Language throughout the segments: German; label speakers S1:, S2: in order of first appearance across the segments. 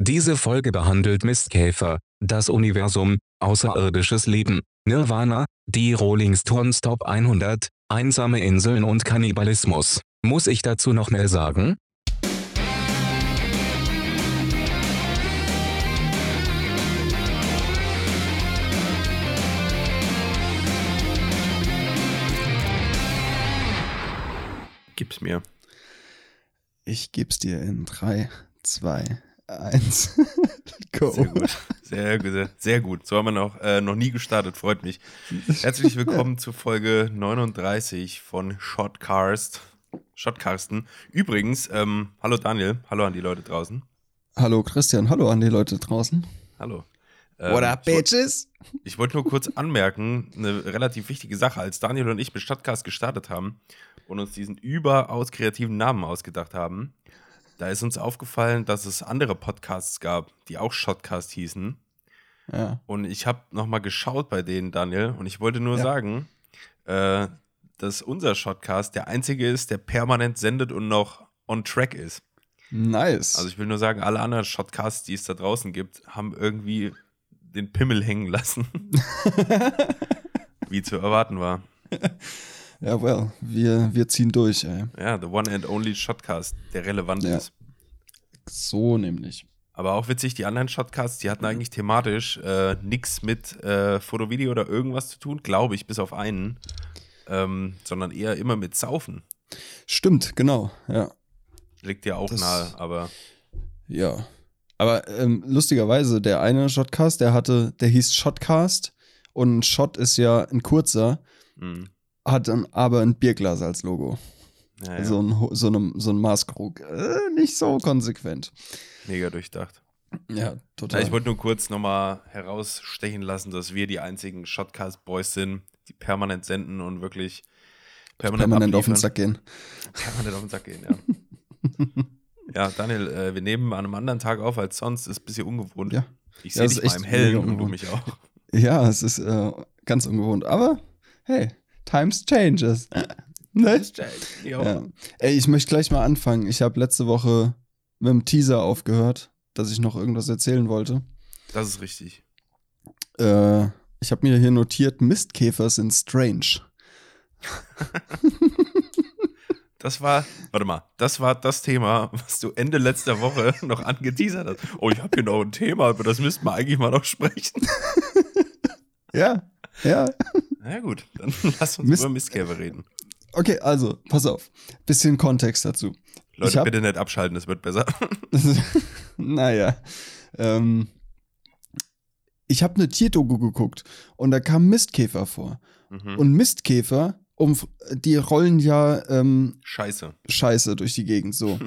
S1: Diese Folge behandelt Mistkäfer, das Universum, außerirdisches Leben, Nirvana, die Rolling Stones Top 100, einsame Inseln und Kannibalismus. Muss ich dazu noch mehr sagen?
S2: Gib's mir.
S3: Ich geb's dir in 3, 2, 1. Go.
S2: Sehr gut. Sehr, gut, sehr gut. So haben wir noch, äh, noch nie gestartet. Freut mich. Herzlich willkommen zur Folge 39 von Shotcast. Shotcarsten. Übrigens, ähm, hallo Daniel. Hallo an die Leute draußen.
S3: Hallo Christian, hallo an die Leute draußen.
S2: Hallo. Ähm, ich woll-
S3: bitches?
S2: Ich wollte nur kurz anmerken, eine relativ wichtige Sache. Als Daniel und ich mit Stadtcast gestartet haben und uns diesen überaus kreativen Namen ausgedacht haben, da ist uns aufgefallen, dass es andere Podcasts gab, die auch Shotcast hießen.
S3: Ja.
S2: Und ich habe nochmal geschaut bei denen, Daniel, und ich wollte nur
S3: Ja.
S2: sagen, äh, dass unser Shotcast der einzige ist, der permanent sendet und noch on track ist.
S3: Nice.
S2: Also ich will nur sagen, alle anderen Shotcasts, die es da draußen gibt, haben irgendwie den Pimmel hängen lassen. Wie zu erwarten war.
S3: ja, well, wir, wir ziehen durch, ey.
S2: Ja, the one and only Shotcast, der relevant
S3: Ja.
S2: ist.
S3: So nämlich.
S2: Aber auch witzig, die anderen Shotcasts, die
S3: Mhm.
S2: hatten eigentlich thematisch äh, nichts mit äh, Foto, Video oder irgendwas zu tun, glaube ich, bis auf einen. Ähm, sondern eher immer mit Saufen.
S3: Stimmt, genau, ja.
S2: Liegt ja auch
S3: Das-
S2: nahe, aber
S3: Ja. Aber ähm, lustigerweise, der eine Shotcast, der hatte, der hieß Shotcast und ein Shot ist ja ein kurzer,
S2: mh,
S3: hat dann aber ein Bierglas als Logo.
S2: naja,
S3: So ein, Ho- so einem- so ein Maßkrug. Äh, nicht so konsequent.
S2: mega durchdacht.
S3: Ja,
S2: Ja,
S3: total.
S2: ich wollte nur kurz nochmal herausstechen lassen, dass wir die einzigen Shotcast-Boys sind, die permanent senden und wirklich permanent,
S3: permanent auf den
S2: abliefern.
S3: Sack gehen.
S2: Permanent auf den Sack gehen, ja. ja, Daniel, äh, wir nehmen an einem anderen Tag auf als sonst, ist ein bisschen ungewohnt.
S3: Ja.
S2: Ich
S3: Ja,
S2: sehe
S3: das
S2: dich
S3: ist
S2: mal im
S3: echt
S2: Hellen
S3: mega
S2: und du
S3: ungewohnt.
S2: mich auch.
S3: Ja, es ist äh, ganz ungewohnt. Aber hey, times changes. ne? Ja. Ey, ich möchte gleich mal anfangen. Ich habe letzte Woche mit dem Teaser aufgehört, dass ich noch irgendwas erzählen wollte.
S2: Das ist richtig.
S3: Äh, ich habe mir hier notiert, Mistkäfer sind strange.
S2: Das war, warte mal, das war das Thema, was du Ende letzter Woche noch angeteasert hast. Oh, ich habe hier noch ein Thema, über das müssten wir eigentlich mal noch sprechen.
S3: Ja, ja.
S2: Na gut, dann lass uns
S3: Mist-
S2: über Mistkäfer reden.
S3: Okay, also, pass auf. Bisschen Kontext dazu.
S2: Leute,
S3: hab-
S2: bitte nicht abschalten, das wird besser.
S3: naja. Ähm, ich habe eine Tierdoku geguckt und da kam Mistkäfer vor.
S2: Mhm.
S3: Und Mistkäfer, um, die rollen ja ähm,
S2: Scheiße.
S3: Scheiße durch die Gegend so.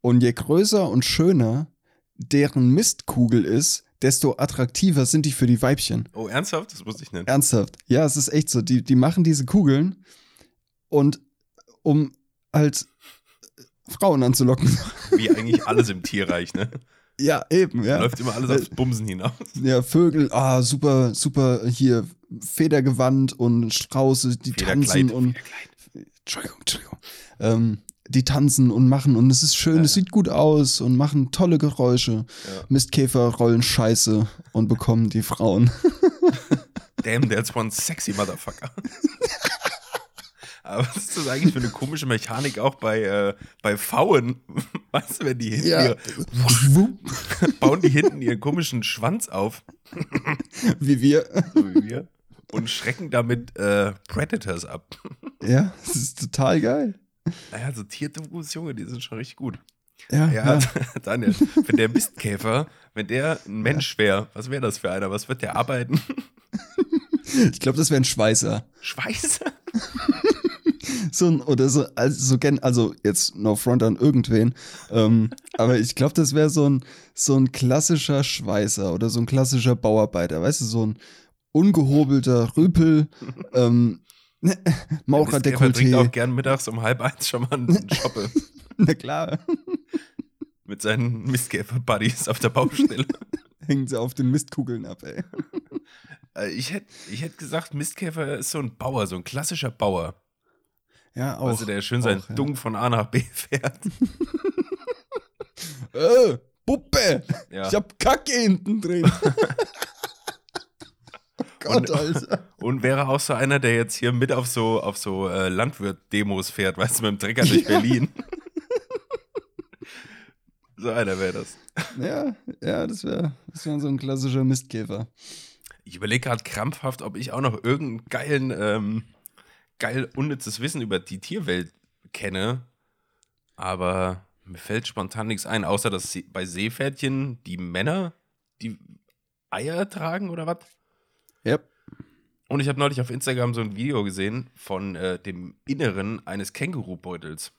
S3: und je größer und schöner deren Mistkugel ist, desto attraktiver sind die für die Weibchen.
S2: Oh, ernsthaft? Das wusste ich nicht.
S3: Ernsthaft. Ja, es ist echt so. Die, die machen diese Kugeln und um halt Frauen anzulocken.
S2: Wie eigentlich alles im Tierreich, ne?
S3: ja, eben, ja. Äh.
S2: Läuft immer alles aufs Bumsen hinaus.
S3: Ja, Vögel, ah, super, super hier Federgewand und Strauße, die tanzen
S2: Federkleid,
S3: und. Entschuldigung, Entschuldigung. Ähm, die tanzen und machen und es ist schön,
S2: Ja,
S3: es
S2: ja.
S3: sieht gut aus und machen tolle Geräusche.
S2: Ja.
S3: Mistkäfer rollen Scheiße und bekommen die Frauen.
S2: Damn, that's one sexy motherfucker. Aber was ist das eigentlich für eine komische Mechanik auch bei, äh, bei Pfauen? Weißt du, wenn die hinten
S3: Ja. Schwupp,
S2: ihr, bauen die hinten ihren komischen Schwanz auf,
S3: Wie wir.
S2: so wie wir, und schrecken damit äh, Predators ab.
S3: Ja, es ist total geil.
S2: Naja, so Tierdokus, Junge, die sind schon richtig gut.
S3: Ja,
S2: Ja,
S3: ja.
S2: Daniel, wenn der Mistkäfer, wenn der ein Mensch wäre, was wäre das für einer? Was wird der arbeiten?
S3: ich glaube, das wäre ein Schweißer.
S2: Schweiße?
S3: So ein, oder so, also, so gen, also jetzt no front an irgendwen. Ähm, aber ich glaube, das wäre so ein, so ein klassischer Schweißer oder so ein klassischer Bauarbeiter, weißt du, so ein ungehobelter Rüpel, ähm, ne,
S2: Mistkäfer trinkt auch
S3: Maurerdekolleté.
S2: gern mittags um halb eins schon mal einen Schoppe.
S3: Na klar,
S2: mit seinen Mistkäfer-Buddies auf der Baustelle.
S3: hängen sie auf den Mistkugeln ab, ey.
S2: Äh, ich hätte ich hätt gesagt, Mistkäfer ist so ein Bauer, so ein klassischer Bauer.
S3: Ja, auch.
S2: Also der schön seinen
S3: auch, ja.
S2: Dung von A nach B fährt.
S3: Äh, Puppe,
S2: Ja.
S3: ich hab Kacke hinten drin. oh Gott,
S2: Und-
S3: Alter.
S2: Und wäre auch so einer, der jetzt hier mit auf so, auf so äh, Landwirt-Demos fährt, weißt du, mit dem Trecker durch
S3: Ja.
S2: Berlin. so einer wäre das.
S3: Ja, ja, das wäre das wär so ein klassischer Mistkäfer.
S2: Ich überlege gerade krampfhaft, ob ich auch noch irgendeinen geilen, ähm, geil unnützes Wissen über die Tierwelt kenne. Aber mir fällt spontan nichts ein, außer dass sie- bei Seepferdchen die Männer die Eier tragen oder was?
S3: Yep.
S2: Und ich habe neulich auf Instagram so ein Video gesehen von äh, dem Inneren eines Kängurubeutels.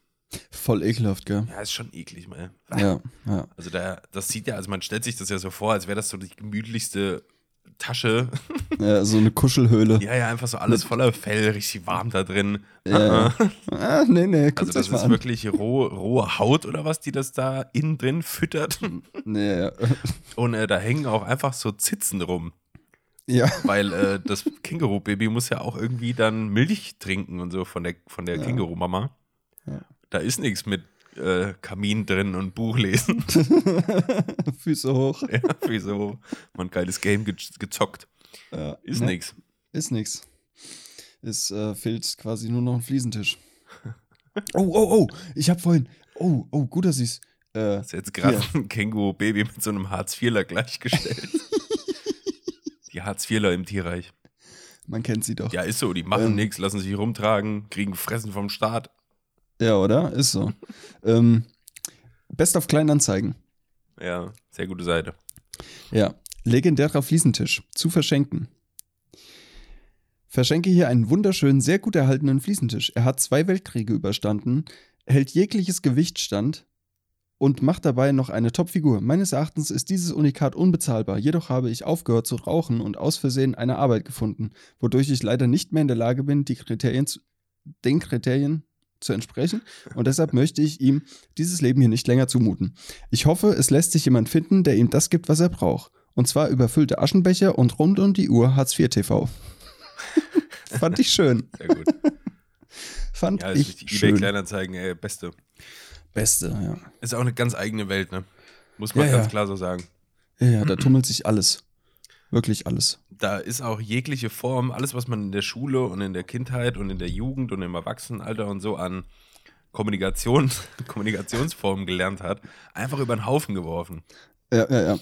S3: Voll ekelhaft, gell?
S2: Ja, ist schon eklig, mal.
S3: Ja, ja.
S2: Also da, das sieht ja, also man stellt sich das ja so vor, als wäre das so die gemütlichste Tasche.
S3: ja so eine Kuschelhöhle.
S2: Ja, ja, einfach so alles voller Fell, richtig warm da drin.
S3: Ja. Ah, nee, nee, guckt
S2: Also das
S3: euch mal
S2: ist
S3: an.
S2: wirklich roh, rohe Haut oder was, die das da innen drin füttert.
S3: Nee, ja.
S2: Und äh, da hängen auch einfach so Zitzen rum,
S3: ja.
S2: weil äh, das Känguru-Baby muss ja auch irgendwie dann Milch trinken und so von der, von der
S3: Ja.
S2: Känguru-Mama.
S3: Ja.
S2: Da ist nichts mit äh, Kamin drin und Buch lesen.
S3: Füße hoch.
S2: ja, wieso? Man geiles Game ge gezockt.
S3: Ja.
S2: Ist
S3: Nee,
S2: nix.
S3: Ist nix. Es äh, fehlt quasi nur noch ein Fliesentisch. Oh, oh, oh, ich hab vorhin. Oh, oh, gut, dass ich's. Äh,
S2: Ist jetzt gerade
S3: Ja.
S2: ein Känguru-Baby mit so einem Hartz-IVler gleichgestellt. die Hartz-IVler im Tierreich.
S3: man kennt sie doch.
S2: Ja, ist so, die machen
S3: Ähm.
S2: nichts, lassen sich rumtragen, kriegen Fressen vom Staat.
S3: Ja, oder? Ist so. ähm, Best auf Kleinanzeigen.
S2: Ja, sehr gute Seite.
S3: Ja. Legendärer Fliesentisch. Zu verschenken. Verschenke hier einen wunderschönen, sehr gut erhaltenen Fliesentisch. Er hat zwei Weltkriege überstanden, hält jegliches Gewicht stand und macht dabei noch eine Topfigur. Meines Erachtens ist dieses Unikat unbezahlbar. Jedoch habe ich aufgehört zu rauchen und aus Versehen eine Arbeit gefunden, wodurch ich leider nicht mehr in der Lage bin, die Kriterien zu, den Kriterien zu entsprechen. Und deshalb möchte ich ihm dieses Leben hier nicht länger zumuten. Ich hoffe, es lässt sich jemand finden, der ihm das gibt, was er braucht. Und zwar überfüllte Aschenbecher und rund um die Uhr Hartz IV TV. Fand ich schön.
S2: Sehr gut.
S3: Fand
S2: Ja, ist
S3: ich
S2: die
S3: schön.
S2: eBay-Kleinanzeigen, ey, beste.
S3: Beste, ja.
S2: Ist auch eine ganz eigene Welt, ne? Muss man
S3: Ja,
S2: ganz
S3: ja.
S2: klar so sagen.
S3: Ja, ja, da tummelt sich alles. Wirklich alles.
S2: Da ist auch jegliche Form, alles, was man in der Schule und in der Kindheit und in der Jugend und im Erwachsenenalter und so an Kommunikation, Kommunikationsformen gelernt hat, einfach über den Haufen geworfen.
S3: Ja, ja, ja.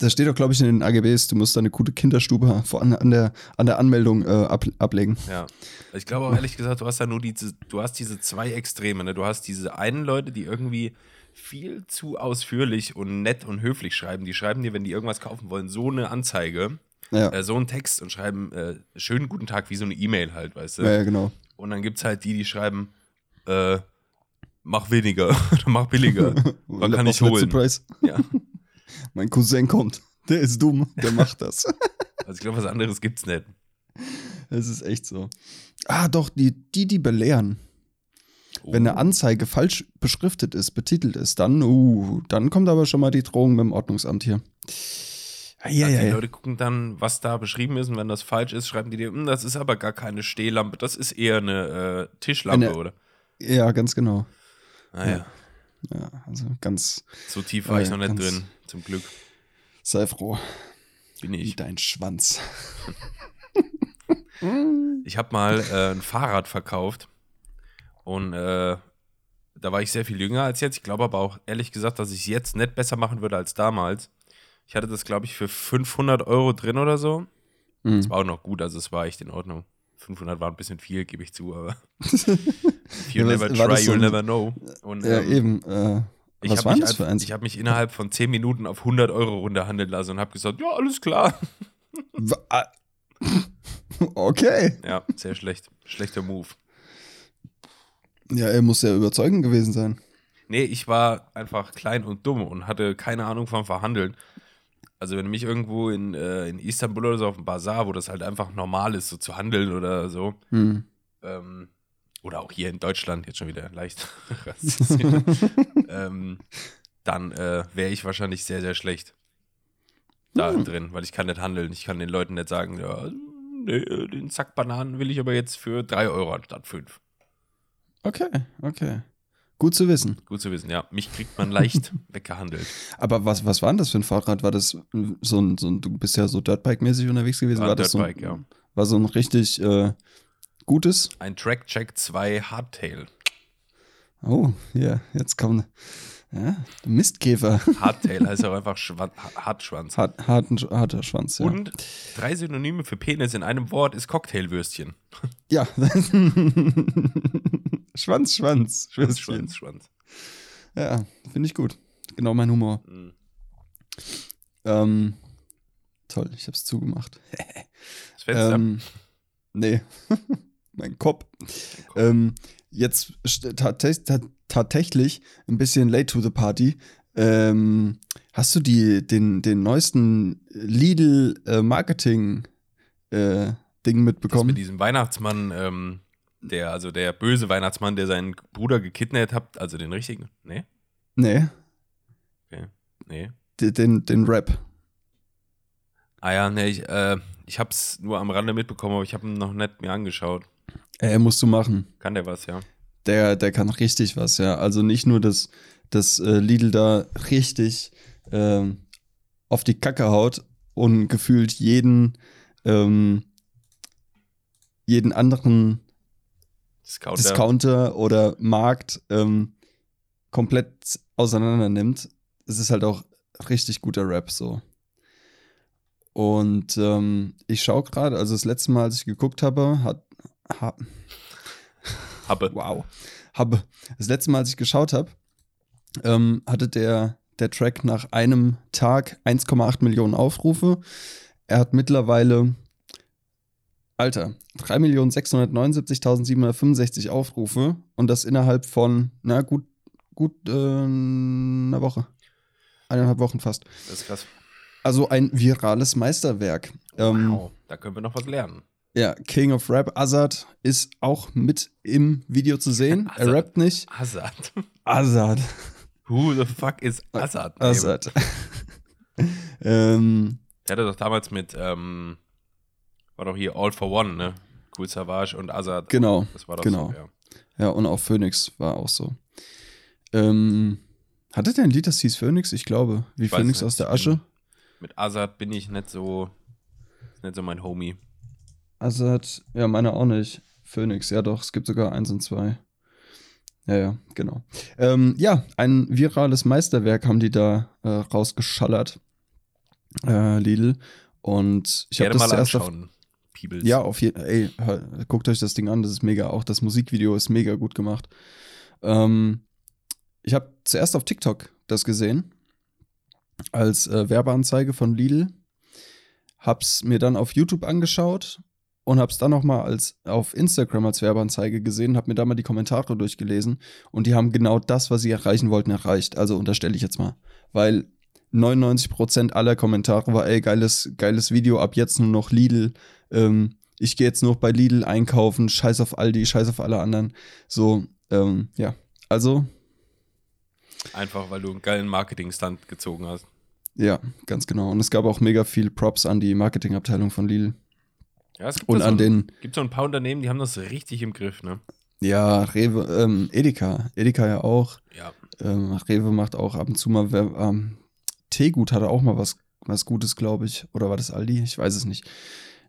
S3: Da steht doch, glaube ich, in den AGBs, du musst deine gute Kinderstube vor an, an, der, an der Anmeldung äh, ab, ablegen.
S2: Ja. Ich glaube auch ehrlich gesagt, du hast da nur diese, du hast diese zwei Extreme, ne? Du hast diese einen Leute, die irgendwie viel zu ausführlich und nett und höflich schreiben. Die schreiben dir, wenn die irgendwas kaufen wollen, so eine Anzeige,
S3: Ja,
S2: äh, so einen Text und schreiben äh, schönen guten Tag, wie so eine E-Mail halt, weißt du?
S3: ja, ja genau.
S2: Und dann gibt es halt die, die schreiben, äh, mach weniger oder mach billiger. Man kann ich
S3: Auf
S2: holen.
S3: letzten Preis.
S2: ja.
S3: Mein Cousin kommt. Der ist dumm. Der macht das.
S2: Also ich glaube, was anderes gibt's nicht.
S3: Es ist echt so. Ah, doch, die, die, die belehren.
S2: Oh.
S3: Wenn eine Anzeige falsch beschriftet ist, betitelt ist, dann, uh, dann kommt aber schon mal die Drohung mit dem Ordnungsamt hier.
S2: Also die
S3: Eieiei.
S2: Leute gucken dann, was da beschrieben ist und wenn das falsch ist, schreiben die dir, "Hm, das ist aber gar keine Stehlampe, das ist eher eine äh, Tischlampe,
S3: Eine-
S2: oder?
S3: Ja, ganz genau.
S2: Naja,
S3: Ja. Ja, also ganz,
S2: so tief war
S3: Ja,
S2: ich
S3: ja,
S2: noch nicht
S3: ganz-
S2: drin, zum Glück
S3: sei froh,
S2: bin
S3: wie
S2: ich.
S3: dein Schwanz. Hm.
S2: Ich habe mal äh, ein Fahrrad verkauft und äh, da war ich sehr viel jünger als jetzt. Ich glaube aber auch ehrlich gesagt, dass ich es jetzt nicht besser machen würde als damals. Ich hatte das, glaube ich, für 500 Euro drin oder so.
S3: Mhm.
S2: War auch noch gut, also es war echt in Ordnung. 500 war ein bisschen viel, gebe ich zu, aber if you
S3: Ja, was-
S2: never
S3: war das
S2: try,
S3: so
S2: you'll
S3: ein-
S2: never know. Und,
S3: ja,
S2: ähm,
S3: eben. Äh,
S2: ich
S3: was
S2: hab
S3: war
S2: mich
S3: das für
S2: ein-
S3: eins?
S2: Ich habe mich innerhalb von 10 Minuten auf 100 Euro runterhandeln lassen und habe gesagt, ja, alles klar.
S3: Wa- ah. okay.
S2: Ja, sehr schlecht. Schlechter Move.
S3: Ja, er muss ja überzeugend gewesen sein.
S2: Nee, ich war einfach klein und dumm und hatte keine Ahnung vom Verhandeln. Also wenn du mich irgendwo in, äh, in Istanbul oder so auf dem Bazar, wo das halt einfach normal ist, so zu handeln oder so,
S3: Hm.
S2: ähm, oder auch hier in Deutschland, jetzt schon wieder leicht rassistisch, ähm, dann äh, wäre ich wahrscheinlich sehr, sehr schlecht da
S3: Hm.
S2: drin, weil ich kann nicht handeln. Ich kann den Leuten nicht sagen, ja, nee, den Sack Bananen will ich aber jetzt für 3 Euro anstatt 5.
S3: Okay, okay. Gut zu wissen.
S2: Gut zu wissen, ja. Mich kriegt man leicht weggehandelt.
S3: Aber was, was war denn das für ein Fahrrad? War das so ein, so ein du bist ja so Dirtbike-mäßig unterwegs gewesen?
S2: War
S3: War
S2: ein
S3: das so ein,
S2: Dirtbike, ja.
S3: War so ein richtig äh, gutes?
S2: Ein Track Check 2 Hardtail.
S3: Oh, ja, jetzt kommt ja, Mistkäfer.
S2: Hardtail heißt auch einfach Schwan Ha- Hartschwanz.
S3: Hart, harten, harter Schwanz, ja.
S2: Und drei Synonyme für Penis in einem Wort ist Cocktailwürstchen.
S3: Ja. Schwanz, Schwanz.
S2: Schwanz,
S3: Schwanzchen.
S2: Schwanz, Schwanz.
S3: Ja, finde ich gut. Genau mein Humor.
S2: Mhm.
S3: Ähm, toll, ich hab's zugemacht.
S2: Das Fenster.
S3: Ähm, nee, mein Kopf.
S2: Kopf.
S3: Ähm, jetzt st- tate- ta- tatsächlich ein bisschen late to the party. Ähm, hast du die, den, den neuesten Lidl äh, Marketing äh,
S2: das
S3: Ding
S2: mit
S3: mitbekommen?
S2: diesem Weihnachtsmann, ähm, der, also der böse Weihnachtsmann, der seinen Bruder gekidnappt hat, also den richtigen. Nee?
S3: Nee,
S2: Nee.
S3: den, den, den Rap.
S2: Ah ja, nee, ich, äh, ich hab's nur am Rande mitbekommen, aber ich hab ihn noch nicht mir angeschaut.
S3: Äh, musst du machen.
S2: Kann der was, ja?
S3: Der, der kann richtig was, ja. Also nicht nur, dass, dass äh, Lidl da richtig ähm, auf die Kacke haut und gefühlt jeden, ähm, jeden anderen
S2: Discounter.
S3: Discounter oder Markt ähm, komplett auseinander nimmt. Es ist halt auch richtig guter Rap so. Und ähm, ich schaue gerade, also das letzte Mal, als ich geguckt habe, hat, ha,
S2: Habe.
S3: Wow. Habe. Das letzte Mal, als ich geschaut habe, ähm, hatte der, der Track nach einem Tag 1,8 Millionen Aufrufe. Er hat mittlerweile, Alter, 3.679.765 Aufrufe und das innerhalb von, na gut, gut äh, einer Woche. Eineinhalb Wochen fast.
S2: Das ist krass.
S3: Also ein virales Meisterwerk. Ähm,
S2: Wow. Da können wir noch was lernen.
S3: Ja, King of Rap, Azad ist auch mit im Video zu sehen.
S2: Azad.
S3: Er rappt nicht.
S2: Assad.
S3: Azad.
S2: Who the fuck is Assad?
S3: Äh,
S2: Nee,
S3: Azad. ähm,
S2: Der hatte doch damals mit, ähm, war doch hier All for One, ne? Cool Savage und Assad.
S3: genau.
S2: Das war doch
S3: genau.
S2: so, ja.
S3: Ja, und auch Phoenix war auch so. Ähm, hatte der ein Lied, das hieß Phoenix? Ich glaube. Wie
S2: Ich weiß
S3: Phoenix
S2: nicht,
S3: aus der
S2: ich bin-
S3: Asche?
S2: Mit Assad bin ich nicht so, ist nicht so mein Homie.
S3: Azad, Also ja, meine auch nicht. Phoenix, ja doch, es gibt sogar eins und zwei. Ja, ja, genau. Ähm, ja, ein virales Meisterwerk haben die da äh, rausgeschallert. Äh, Lidl. Und ich habe
S2: Gerne
S3: das
S2: mal
S3: zuerst auf
S2: anschauen, Peebles.
S3: Ja, auf jeden Fall. Ey, hör- guckt euch das Ding an, das ist mega. Auch das Musikvideo ist mega gut gemacht. Ähm, ich habe zuerst auf TikTok das gesehen, als äh, Werbeanzeige von Lidl. Hab's mir dann auf YouTube angeschaut und hab's dann nochmal als auf Instagram als Werbeanzeige gesehen, hab mir da mal die Kommentare durchgelesen und die haben genau das, was sie erreichen wollten, erreicht. Also unterstelle ich jetzt mal. Weil 99% aller Kommentare war, ey, geiles, geiles Video, ab jetzt nur noch Lidl. Ähm, ich gehe jetzt nur noch bei Lidl einkaufen, scheiß auf Aldi, scheiß auf alle anderen. So, ähm, ja. Also,
S2: Einfach, weil du einen geilen Marketing-Stunt gezogen hast.
S3: ja, ganz genau. Und es gab auch mega viel Props an die Marketingabteilung von Lidl.
S2: Ja, es gibt
S3: Und
S2: da so
S3: an
S2: ein,
S3: den,
S2: gibt so ein paar Unternehmen, die haben das richtig im Griff, ne?
S3: ja, Rewe, ähm, Edeka. Edeka ja auch.
S2: Ja.
S3: Ähm, Rewe macht auch ab und zu mal, Wer- ähm, Teegut hatte auch mal was, was Gutes, glaube ich. Oder war das Aldi? Ich weiß es nicht.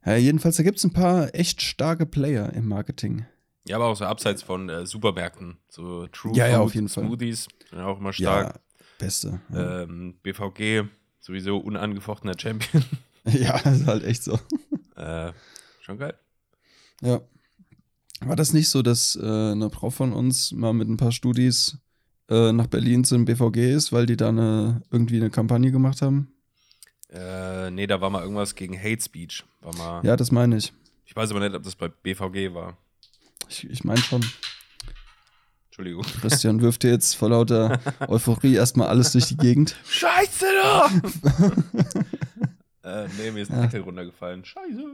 S3: Ja, jedenfalls, da gibt es ein paar echt starke Player im Marketing.
S2: Ja, aber auch so abseits von äh, Supermärkten. So True
S3: Ja, ja,
S2: Food,
S3: auf jeden Fall.
S2: Smoothies, sind auch immer stark.
S3: Ja, Mhm. beste. Ja.
S2: Ähm, BVG, sowieso unangefochtener Champion.
S3: Ja, ist halt echt so.
S2: äh, schon geil.
S3: Ja. War das nicht so, dass äh, eine Frau von uns mal mit ein paar Studis äh, nach Berlin zum BVG ist, weil die da eine, irgendwie eine Kampagne gemacht haben?
S2: Äh, nee, da war mal irgendwas gegen Hate Speech. War mal,
S3: Ja, das meine ich.
S2: Ich weiß aber nicht, ob das bei BVG war.
S3: Ich, ich meine schon.
S2: Entschuldigung.
S3: Christian wirft dir jetzt vor lauter Euphorie erstmal alles durch die Gegend.
S2: Scheiße da! äh, nee, mir ist ein
S3: Ja.
S2: Deckel runtergefallen. Scheiße.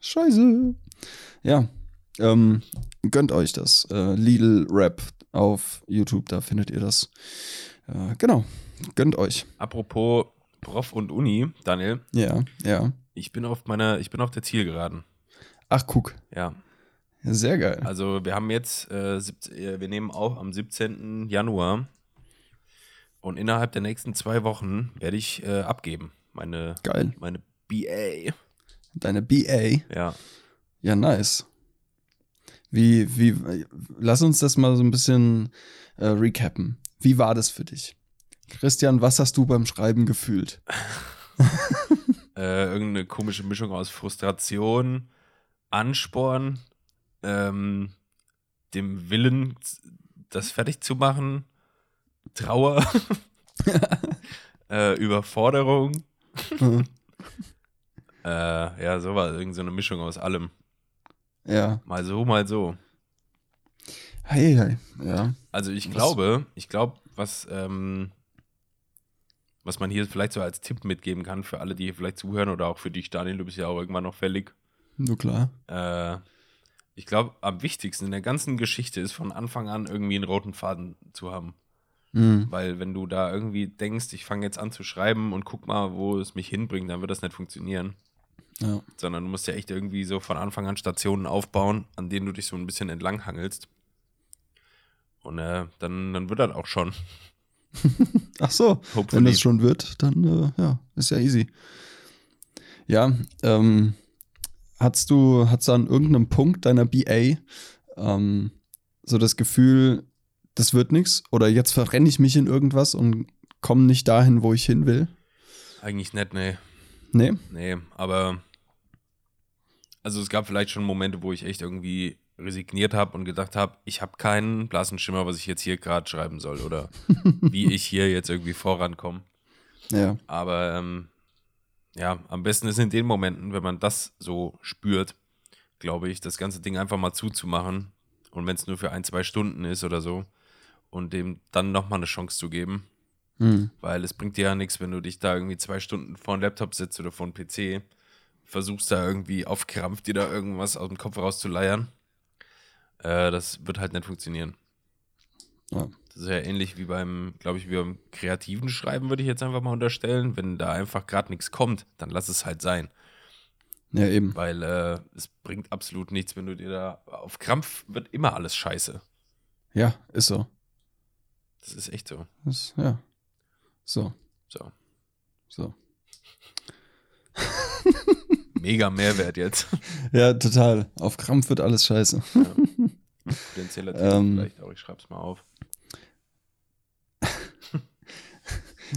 S3: Scheiße. Ja. Ähm, gönnt euch das. Äh, Lidl Rap auf YouTube, da findet ihr das. Äh, genau. Gönnt euch.
S2: Apropos Prof und Uni, Daniel,
S3: Ja, ja.
S2: ich bin auf meiner, ich bin auf der Zielgeraden.
S3: Ach, guck.
S2: Ja.
S3: Ja, Sehr geil.
S2: Also wir haben jetzt, äh, siebz- äh, wir nehmen auf am 17. Januar und innerhalb der nächsten zwei Wochen werde ich äh, abgeben, meine,
S3: Geil.
S2: meine BA.
S3: Deine BA.
S2: Ja,
S3: Ja, nice. Wie, wie, lass uns das mal so ein bisschen äh, recappen. Wie war das für dich? Christian, was hast du beim Schreiben gefühlt?
S2: äh, irgendeine komische Mischung aus Frustration, Ansporn, ähm, dem Willen, das fertig zu machen, Trauer, äh, Überforderung,
S3: Äh,
S2: äh, ja, sowas, irgend so eine Mischung aus allem.
S3: ja.
S2: Mal so, mal so.
S3: Hey, hey. Ja.
S2: Also ich
S3: Was-
S2: glaube, ich glaube, was, ähm, was man hier vielleicht so als Tipp mitgeben kann für alle, die hier vielleicht zuhören oder auch für dich, Daniel, du bist ja auch irgendwann noch fällig.
S3: Nur klar.
S2: Äh, ich glaube, am wichtigsten in der ganzen Geschichte ist von Anfang an irgendwie einen roten Faden zu haben.
S3: Mhm.
S2: Weil wenn du da irgendwie denkst, ich fange jetzt an zu schreiben und guck mal, wo es mich hinbringt, dann wird das nicht funktionieren.
S3: Ja.
S2: Sondern du musst ja echt irgendwie so von Anfang an Stationen aufbauen, an denen du dich so ein bisschen entlanghangelst. Und äh, dann, dann wird das auch schon.
S3: Ach so, Wenn
S2: Hopefully.
S3: das schon wird, dann äh, ja, ist ja easy. Ja, ähm, hattest du, hattest du an irgendeinem Punkt deiner BA ähm, so das Gefühl, das wird nichts oder jetzt verrenne ich mich in irgendwas und komme nicht dahin, wo ich hin will?
S2: Eigentlich nicht, nee.
S3: Nee?
S2: Nee, aber. Also es gab vielleicht schon Momente, wo ich echt irgendwie resigniert habe und gedacht habe, ich habe keinen blassen Schimmer, was ich jetzt hier gerade schreiben soll oder wie ich hier jetzt irgendwie vorankomme.
S3: Ja,
S2: Aber ähm, ja, am besten ist in den Momenten, wenn man das so spürt, glaube ich, das ganze Ding einfach mal zuzumachen. Und wenn es nur für ein, zwei Stunden ist oder so und dem dann nochmal eine Chance zu geben.
S3: hm.
S2: Weil es bringt dir ja nichts, wenn du dich da irgendwie zwei Stunden vor den Laptop sitzt oder vor den PC, versuchst da irgendwie auf Krampf dir da irgendwas aus dem Kopf rauszuleiern. Äh, das wird halt nicht funktionieren.
S3: Ja.
S2: Das ist ja ähnlich wie beim, glaube ich, wie beim kreativen Schreiben, würde ich jetzt einfach mal unterstellen. Wenn da einfach gerade nichts kommt, dann lass es halt sein.
S3: ja eben.
S2: Weil äh, es bringt absolut nichts, wenn du dir da auf Krampf wird immer alles scheiße.
S3: Ja, ist so.
S2: Das ist echt so.
S3: Ist, ja. So,
S2: So.
S3: so.
S2: Mega Mehrwert jetzt.
S3: Ja, total. Auf Krampf wird alles scheiße.
S2: Ja. Potenzieller Titel
S3: Ähm.
S2: vielleicht auch, ich schreib's mal auf.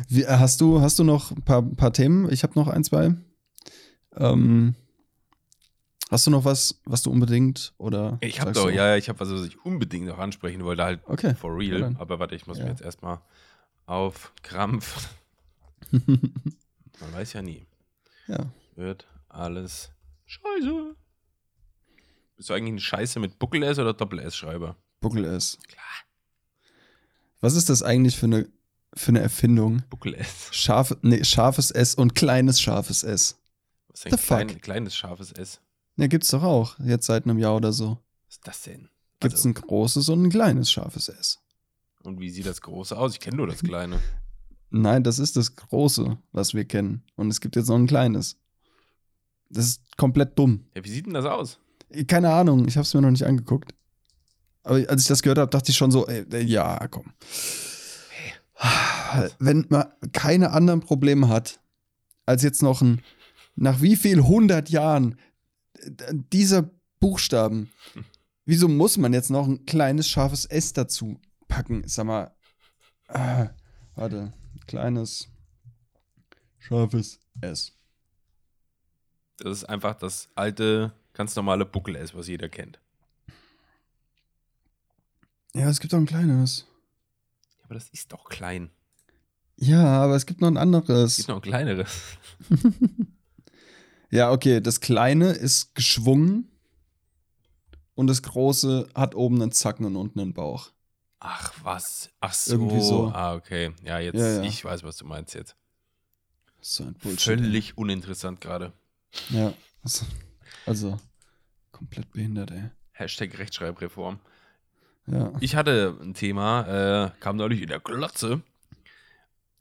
S3: Wie, äh, hast, du, hast du noch ein paar, paar Themen? Ich habe noch ein, zwei. Ähm, hast du noch was, was du unbedingt oder?
S2: Ich habe
S3: sagst
S2: doch,
S3: du-
S2: ja, ja, ich habe was, was ich unbedingt noch ansprechen wollte, halt
S3: Okay.
S2: for
S3: Ja,
S2: real.
S3: dann.
S2: Aber warte, ich muss
S3: Ja.
S2: mir jetzt erstmal auf Krampf. Man weiß ja nie.
S3: ja.
S2: Wird alles scheiße. Bist du eigentlich ein Scheiße mit Buckel-S oder Doppel-S-Schreiber?
S3: Buckel S.
S2: Klar.
S3: Was ist das eigentlich für eine, für eine Erfindung?
S2: Buckel-S.
S3: Scharf, nee, scharfes S und kleines scharfes S.
S2: Was ist
S3: The
S2: denn
S3: fuck?
S2: klein, kleines, scharfes S?
S3: Ja, gibt's doch auch. Jetzt seit einem Jahr oder so.
S2: Was ist das denn?
S3: Gibt's
S2: Also,
S3: ein großes und ein kleines scharfes S.
S2: und wie sieht das große aus? Ich kenne nur das kleine.
S3: Nein, das ist das große, was wir kennen. Und es gibt jetzt noch ein kleines. Das ist komplett dumm.
S2: Ja, wie sieht denn das aus?
S3: Keine Ahnung, ich habe es mir noch nicht angeguckt. Aber als ich das gehört habe, dachte ich schon so, ey, ey, ja, komm. Wenn man keine anderen Probleme hat, als jetzt noch ein, nach wie viel hundert Jahren äh, dieser Buchstaben, wieso muss man jetzt noch ein kleines scharfes S dazu packen? Sag mal, äh, warte, kleines scharfes S.
S2: Das ist einfach das alte, ganz normale Buckel-S, was jeder kennt.
S3: Ja, es gibt auch ein kleines.
S2: Aber das ist doch klein.
S3: Ja, aber es gibt noch ein anderes.
S2: Es gibt noch ein kleineres.
S3: Ja, okay, das kleine ist geschwungen und das große hat oben einen Zacken und unten einen Bauch.
S2: Ach was. Ach so.
S3: Irgendwie so.
S2: Ah, okay. Ja, jetzt,
S3: Ja, ja.
S2: ich weiß, was du meinst jetzt.
S3: So ein Bullshit.
S2: Völlig uninteressant gerade.
S3: ey. Ja. Also, also komplett behindert, ey.
S2: Hashtag Rechtschreibreform.
S3: Ja.
S2: Ich hatte ein Thema, äh, kam neulich in der Glotze.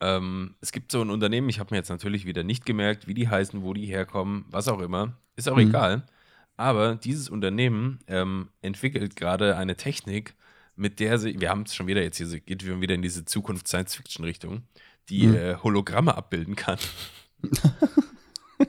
S2: Ähm, es gibt so ein Unternehmen, ich habe mir jetzt natürlich wieder nicht gemerkt, wie die heißen, wo die herkommen, was auch immer. Ist auch
S3: Mhm.
S2: egal. Aber dieses Unternehmen ähm, entwickelt gerade eine Technik, mit der sie, wir haben es schon wieder jetzt hier, geht schon wieder in diese Zukunft Science-Fiction-Richtung, die
S3: Mhm.
S2: äh, Hologramme abbilden kann.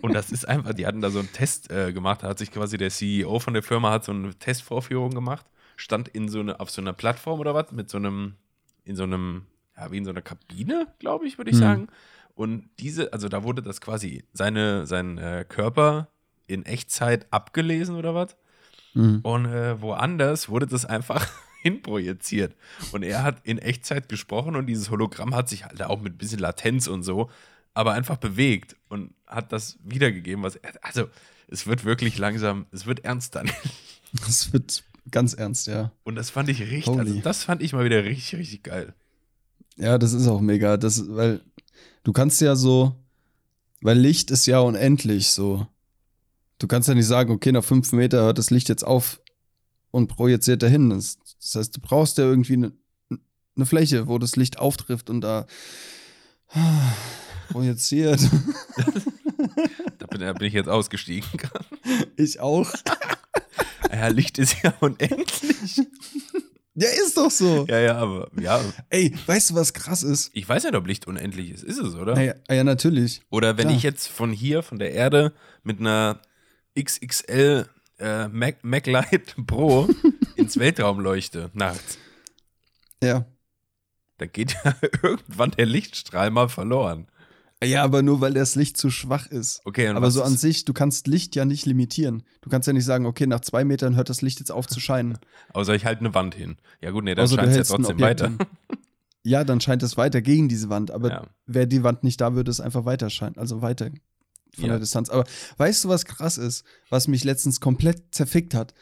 S2: Und das ist einfach, die hatten da so einen Test äh, gemacht, da hat sich quasi der CEO von der Firma hat so eine Testvorführung gemacht, stand in so eine, auf so einer Plattform oder was, mit so einem, in so einem, ja, wie in so einer Kabine, glaube ich, würde ich
S3: Mhm.
S2: sagen. Und diese, also da wurde das quasi seine, sein äh, Körper in Echtzeit abgelesen oder was.
S3: Mhm.
S2: Und äh, woanders wurde das einfach hinprojiziert. Und er hat in Echtzeit gesprochen und dieses Hologramm hat sich halt auch mit ein bisschen Latenz und so, aber einfach bewegt und hat das wiedergegeben, was er, also es wird wirklich langsam, es wird ernst dann.
S3: Das wird ganz ernst, ja.
S2: Und das fand ich richtig,
S3: Holy.
S2: also das fand ich mal wieder richtig, richtig geil.
S3: Ja, das ist auch mega. Das, weil du kannst ja so, weil Licht ist ja unendlich so. Du kannst ja nicht sagen, okay, nach fünf Meter hört das Licht jetzt auf und projiziert dahin. Das, das heißt, du brauchst ja irgendwie eine eine Fläche, wo das Licht auftrifft und da projiziert.
S2: Da bin, da bin ich jetzt ausgestiegen.
S3: ich auch.
S2: ja, Licht ist ja unendlich.
S3: Ja, ist doch so.
S2: Ja, ja, aber ja,
S3: Ey, weißt du, was krass ist?
S2: ich weiß nicht, ob Licht unendlich ist. Ist es, oder?
S3: Naja, ja, natürlich.
S2: Oder wenn
S3: Klar.
S2: ich jetzt von hier, von der Erde, mit einer XXL äh, Mac, MacLight Pro ins Weltraum leuchte nachts,
S3: Ja.
S2: da geht ja irgendwann der Lichtstrahl mal verloren.
S3: Ja, aber nur, weil das Licht zu schwach ist.
S2: Okay, und
S3: Aber
S2: was
S3: so an
S2: ist,
S3: sich, du kannst Licht ja nicht limitieren. Du kannst ja nicht sagen, okay, nach zwei Metern hört das Licht jetzt auf zu scheinen.
S2: außer ich halte eine Wand hin. Ja gut, nee, dann
S3: Außer du
S2: scheint es ja
S3: hältst ein
S2: trotzdem
S3: Objekt
S2: weiter.
S3: hin. Ja, dann scheint es weiter gegen diese Wand. Aber
S2: Ja.
S3: wäre die Wand nicht da, würde es einfach weiter scheinen. Also weiter von
S2: Ja.
S3: der Distanz. Aber weißt du, was krass ist, was mich letztens komplett zerfickt hat?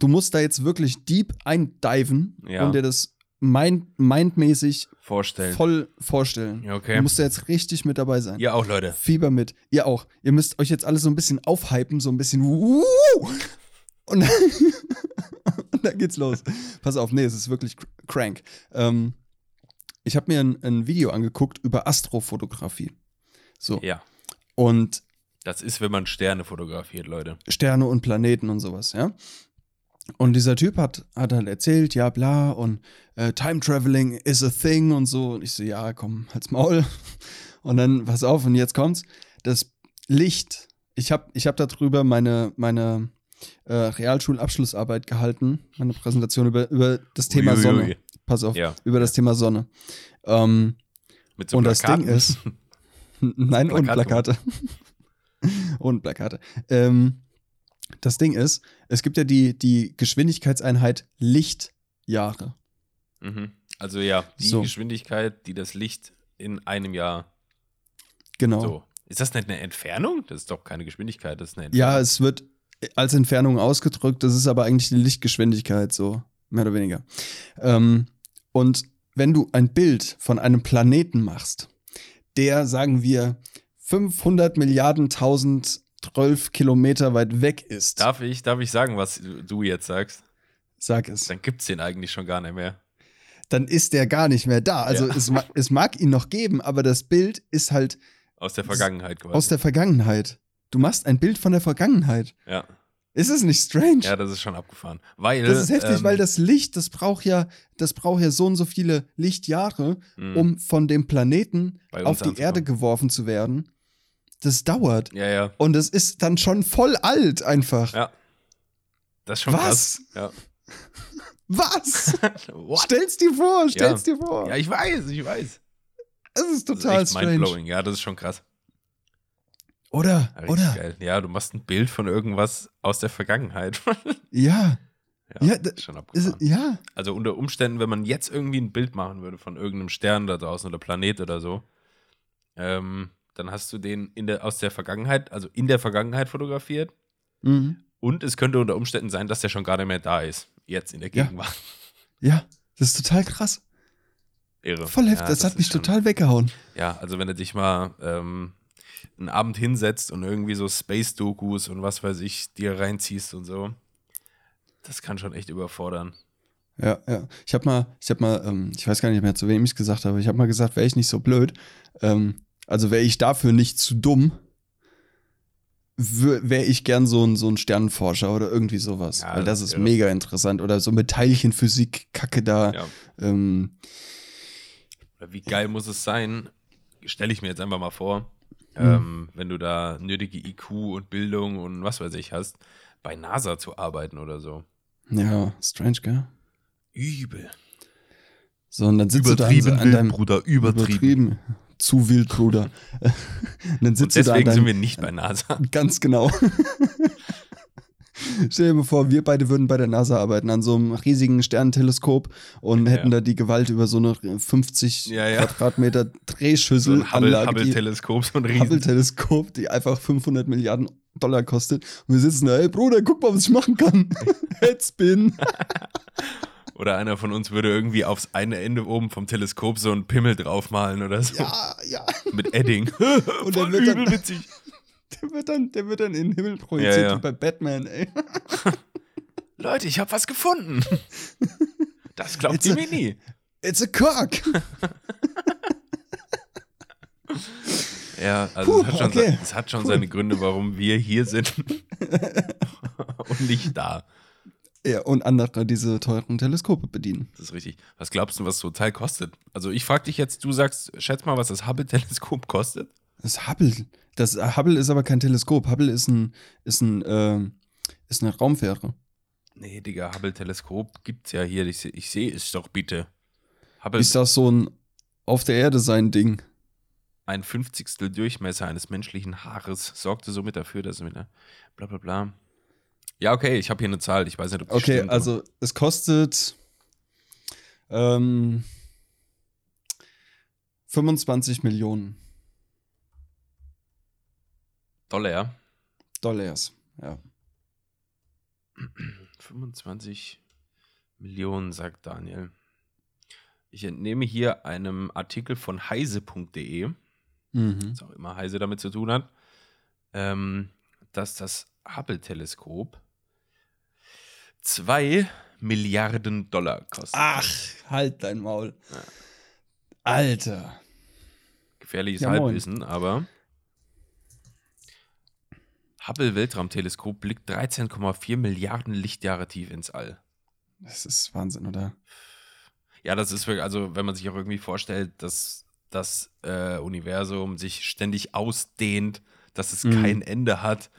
S3: Du musst da jetzt wirklich deep eindiven
S2: Ja.
S3: und dir das mind mindmäßig
S2: Vorstellen.
S3: voll vorstellen.
S2: Ja,
S3: Du
S2: okay.
S3: musst da jetzt richtig mit dabei sein.
S2: Ihr auch, Leute.
S3: Fieber mit. Ihr auch. Ihr müsst euch jetzt alle so ein bisschen aufhypen, so ein bisschen. wuhu. Und dann, und dann geht's los. Pass auf, nee, es ist wirklich cr- crank. Ähm, ich habe mir ein, ein Video angeguckt über Astrofotografie. So.
S2: Ja,
S3: Und
S2: das ist, wenn man Sterne fotografiert, Leute.
S3: Sterne und Planeten und sowas, ja. Und dieser Typ hat, hat halt erzählt, ja, bla, und äh, Time Traveling is a thing und so. Und ich so, ja, komm, halt's Maul. Und dann, pass auf, und jetzt kommt's. Das Licht. Ich habe ich hab darüber meine, meine äh, Realschulabschlussarbeit gehalten, meine Präsentation über, über das Thema
S2: Uiuiui.
S3: Sonne. Pass auf,
S2: Ja,
S3: über das Thema Sonne. Ähm,
S2: mit so
S3: und das
S2: Plakaten.
S3: Ding ist. Nein, und
S2: Plakate.
S3: Plakate. und Plakate. Ähm, das Ding ist, es gibt ja die, die Geschwindigkeitseinheit Lichtjahre.
S2: Mhm. Also ja, die
S3: So.
S2: Geschwindigkeit, die das Licht in einem Jahr
S3: Genau.
S2: So. Ist das nicht eine Entfernung? Das ist doch keine Geschwindigkeit, das ist eine Entfernung.
S3: Ja, es wird als Entfernung ausgedrückt, das ist aber eigentlich die Lichtgeschwindigkeit, so mehr oder weniger. Ähm, und wenn du ein Bild von einem Planeten machst, der, sagen wir, 500 Milliarden 1012 Kilometer weit weg ist,
S2: Darf ich, darf ich sagen, was du jetzt sagst?
S3: sag es.
S2: Dann gibt es den eigentlich schon gar nicht mehr.
S3: dann ist der gar nicht mehr da. Also
S2: Ja.
S3: es, ma es mag ihn noch geben, aber das Bild ist halt
S2: Aus der
S3: Das-
S2: Vergangenheit quasi.
S3: aus der Vergangenheit. Du machst ein Bild von der Vergangenheit.
S2: ja.
S3: Ist es nicht strange?
S2: ja, das ist schon abgefahren. Weil,
S3: das ist heftig,
S2: ähm,
S3: weil das Licht, das braucht ja, das braucht ja so und so viele Lichtjahre,
S2: mh,
S3: um von dem Planeten
S2: Hm. ähm, Bei uns
S3: auf die Erde
S2: anzukommen.
S3: geworfen zu werden. Das dauert.
S2: Ja, ja.
S3: Und es ist dann schon voll alt einfach.
S2: Ja. Das ist schon
S3: Was?
S2: krass.
S3: Was?
S2: Ja. What?
S3: stell's dir vor, stell's dir vor.
S2: ja, ich weiß, ich weiß.
S3: das ist
S2: Das ist
S3: total
S2: echt
S3: strange.
S2: mindblowing. Ja, das ist schon krass.
S3: Oder?
S2: Ja, richtig
S3: Oder?
S2: Geil. Ja, du machst ein Bild von irgendwas aus der Vergangenheit.
S3: Ja. Ja, da-
S2: ist schon
S3: Ist,
S2: abgefahren.
S3: ja.
S2: Also unter Umständen, wenn man jetzt irgendwie ein Bild machen würde von irgendeinem Stern da draußen oder Planet oder so, ähm, dann hast du den in der, aus der Vergangenheit, also in der Vergangenheit fotografiert.
S3: Mhm.
S2: Und es könnte unter Umständen sein, dass der schon gar nicht mehr da ist. Jetzt in der
S3: Ja.
S2: Gegenwart.
S3: Ja, das ist total krass.
S2: Irre.
S3: Voll heftig.
S2: Ja,
S3: das, hat
S2: ist
S3: mich
S2: schon-
S3: total weggehauen.
S2: Ja, also wenn du dich mal ähm, einen Abend hinsetzt und irgendwie so Space-Dokus und was weiß ich dir reinziehst und so, das kann schon echt überfordern.
S3: Ja, ja. Ich habe mal, ich habe mal, ähm, ich weiß gar nicht mehr, zu wem ich gesagt habe. Ich habe mal gesagt, wäre ich nicht so blöd. Ähm, also wäre ich dafür nicht zu dumm. wäre ich gern so ein, so ein Sternenforscher oder irgendwie sowas.
S2: Ja,
S3: Weil das
S2: das
S3: ist
S2: wäre-
S3: mega interessant. Oder so mit Teilchenphysik-Kacke da.
S2: Ja.
S3: Ähm,
S2: Oder Wie geil muss es sein? Stelle ich mir jetzt einfach mal vor,
S3: Mhm.
S2: ähm, wenn du da nötige IQ und Bildung und was weiß ich hast, bei NASA zu arbeiten oder so.
S3: ja, strange, gell?
S2: Übel.
S3: So, und dann sitzt du da an, so- an deinem
S2: Bruder,
S3: übertrieben. Zu wild, Bruder. und dann
S2: Und
S3: sitzt du
S2: deswegen
S3: da an
S2: sind
S3: deinem,
S2: wir nicht bei NASA.
S3: Ganz genau. Stell dir mal vor, wir beide würden bei der NASA arbeiten, an so einem riesigen Sternenteleskop und hätten da die Gewalt über so eine 50
S2: Ja, ja.
S3: Quadratmeter
S2: So
S3: Drehschüssel
S2: ein Hubble-
S3: Anlage, die-
S2: Hubble-Teleskop, so ein riesen
S3: Hubble-Teleskop, die einfach 500 Milliarden Dollar kostet. Und wir sitzen da, hey Bruder, guck mal, was ich machen kann. Headspin.
S2: Oder einer von uns würde irgendwie aufs eine Ende oben vom Teleskop so einen Pimmel draufmalen oder so.
S3: Ja, ja.
S2: Mit Edding. Voll
S3: Und dann wird dann-
S2: übelwitzig.
S3: Der wird dann, der wird dann in den Himmel projiziert,
S2: ja.
S3: wie bei Batman, ey.
S2: Leute, ich habe was gefunden. Das glaubt
S3: Jetzt-
S2: ihr mir nie.
S3: It's a cock.
S2: Ja, also es
S3: Puh,
S2: hat schon,
S3: okay.
S2: se- es hat schon seine Gründe, warum wir hier sind und nicht da.
S3: Ja, und andere diese teuren Teleskope bedienen.
S2: Das ist richtig. Was glaubst du, was so ein Teil kostet? Also ich frage dich jetzt, du sagst, schätz mal, was das Hubble-Teleskop kostet.
S3: Das Hubble. Das äh, Hubble ist aber kein Teleskop. Hubble ist ein, ist ein, ähm, ist eine Raumfähre.
S2: Nee, Digga, Hubble-Teleskop gibt's ja hier. Ich, se- ich sehe es doch bitte. Hubble
S3: Ist das so ein auf der Erde sein Ding?
S2: ein Fünfzigstel Durchmesser eines menschlichen Haares sorgte somit dafür, dass mit einer bla bla bla. Ja, okay, ich habe hier eine Zahl, ich weiß nicht, ob die
S3: Okay,
S2: stimmt,
S3: also es kostet ähm, 25 Millionen
S2: aber- Dollar.
S3: Dollars. Ja.
S2: 25 Millionen, sagt Daniel. Ich entnehme hier einem Artikel von heise.de,
S3: Mhm.
S2: was auch immer Heise damit zu tun hat, ähm, dass das Hubble-Teleskop 2 Milliarden Dollar kostet.
S3: Ach, halt dein Maul.
S2: Ja.
S3: Alter.
S2: Gefährliches
S3: Ja, moin.
S2: Halbwissen, aber. Hubble-Weltraumteleskop blickt 13,4 Milliarden Lichtjahre tief ins All.
S3: Das ist Wahnsinn, oder?
S2: Ja, das ist wirklich, also wenn man sich auch irgendwie vorstellt, dass das äh, Universum sich ständig ausdehnt, dass es
S3: Mhm.
S2: kein Ende hat.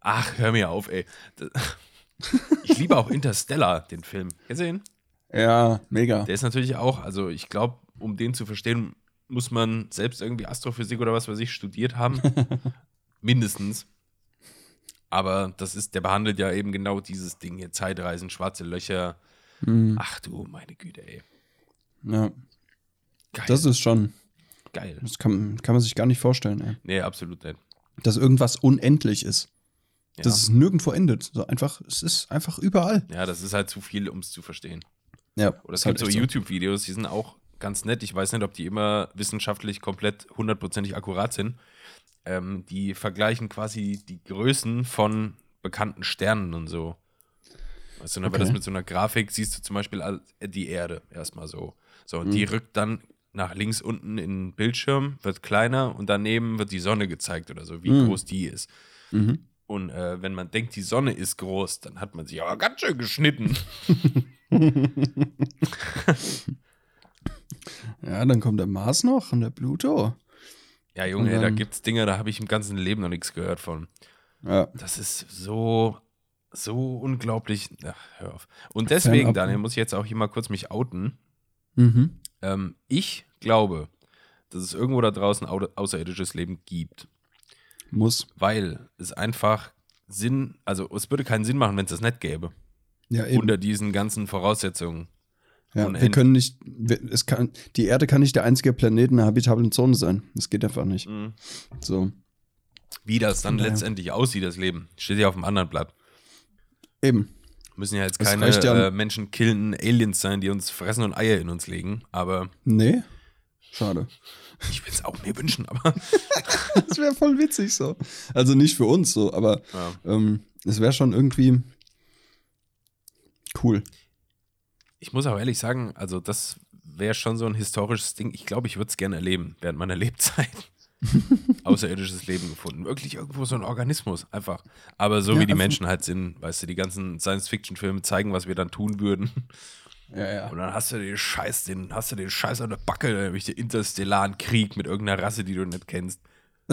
S2: Ach, hör mir auf, ey. D- Ich liebe auch Interstellar, den Film. Gesehen?
S3: Ja, mega.
S2: Der ist natürlich auch, also ich glaube, um den zu verstehen, muss man selbst irgendwie Astrophysik oder was weiß ich studiert haben. Mindestens. Aber das ist, der behandelt ja eben genau dieses Ding hier: Zeitreisen, schwarze Löcher.
S3: Mhm.
S2: Ach du meine Güte, ey.
S3: Ja,
S2: Geil.
S3: das ist schon.
S2: geil.
S3: Das kann, kann man sich gar nicht vorstellen, ey.
S2: Nee, absolut nicht.
S3: dass irgendwas unendlich ist.
S2: Ja.
S3: Dass es nirgendwo endet. So einfach, es ist einfach überall.
S2: ja, das ist halt zu viel, um es zu verstehen.
S3: Ja,
S2: Oder es
S3: ist halt
S2: gibt so
S3: echt
S2: YouTube-Videos, die sind auch ganz nett. Ich weiß nicht, ob die immer wissenschaftlich komplett hundertprozentig akkurat sind. Ähm, die vergleichen quasi die Größen von bekannten Sternen und so. Weißt du, dann wird
S3: Okay.
S2: das mit so einer Grafik, siehst du zum Beispiel all- äh, die Erde erstmal so. So, und die
S3: Mhm.
S2: rückt dann nach links unten in den Bildschirm, wird kleiner und daneben wird die Sonne gezeigt oder so, wie
S3: Mhm.
S2: groß die ist.
S3: Mhm.
S2: Und äh, wenn man denkt, die Sonne ist groß, dann hat man sich aber ganz schön geschnitten.
S3: Ja, dann kommt der Mars noch und der Pluto.
S2: Ja, Junge,
S3: Und
S2: da
S3: dann-
S2: gibt's Dinge, da habe ich im ganzen Leben noch nichts gehört von.
S3: Ja.
S2: Das ist so, so unglaublich. Ach, hör auf. Und deswegen,
S3: Fernab-
S2: Daniel, muss ich jetzt auch hier mal kurz mich outen.
S3: Mhm.
S2: Ähm, ich glaube, dass es irgendwo da draußen au- außerirdisches Leben gibt,
S3: Muss.
S2: weil es einfach Sinn, also es würde keinen Sinn machen, wenn es das nicht gäbe.
S3: Ja, eben.
S2: Unter diesen ganzen Voraussetzungen.
S3: Ja, wir
S2: unendlich.
S3: können nicht, wir, es kann, die Erde kann nicht der einzige Planet in der habitablen Zone sein. Das geht einfach nicht.
S2: Mhm.
S3: So.
S2: Wie das dann
S3: Ja.
S2: letztendlich aussieht, das Leben, steht ja auf dem anderen Blatt.
S3: Eben.
S2: Müssen ja jetzt
S3: Es
S2: keine
S3: reicht ja-
S2: äh, Menschen killenden Aliens sein, die uns fressen und Eier in uns legen. Aber
S3: Nee. Schade.
S2: ich will es auch mir wünschen, aber
S3: Das wäre voll witzig so. Also nicht für uns so, aber
S2: ja.
S3: ähm, es wäre schon irgendwie cool.
S2: ich muss auch ehrlich sagen, also das wäre schon so ein historisches Ding. Ich glaube, ich würde es gerne erleben während meiner Lebzeit. außerirdisches Leben gefunden. Wirklich irgendwo so ein Organismus, einfach. Aber so
S3: Ja,
S2: wie die
S3: also-
S2: Menschen halt sind, weißt du, die ganzen Science-Fiction-Filme zeigen, was wir dann tun würden.
S3: Ja, ja.
S2: Und dann hast du den Scheiß, den, hast du den Scheiß an der Backe, nämlich den interstellaren Krieg mit irgendeiner Rasse, die du nicht kennst.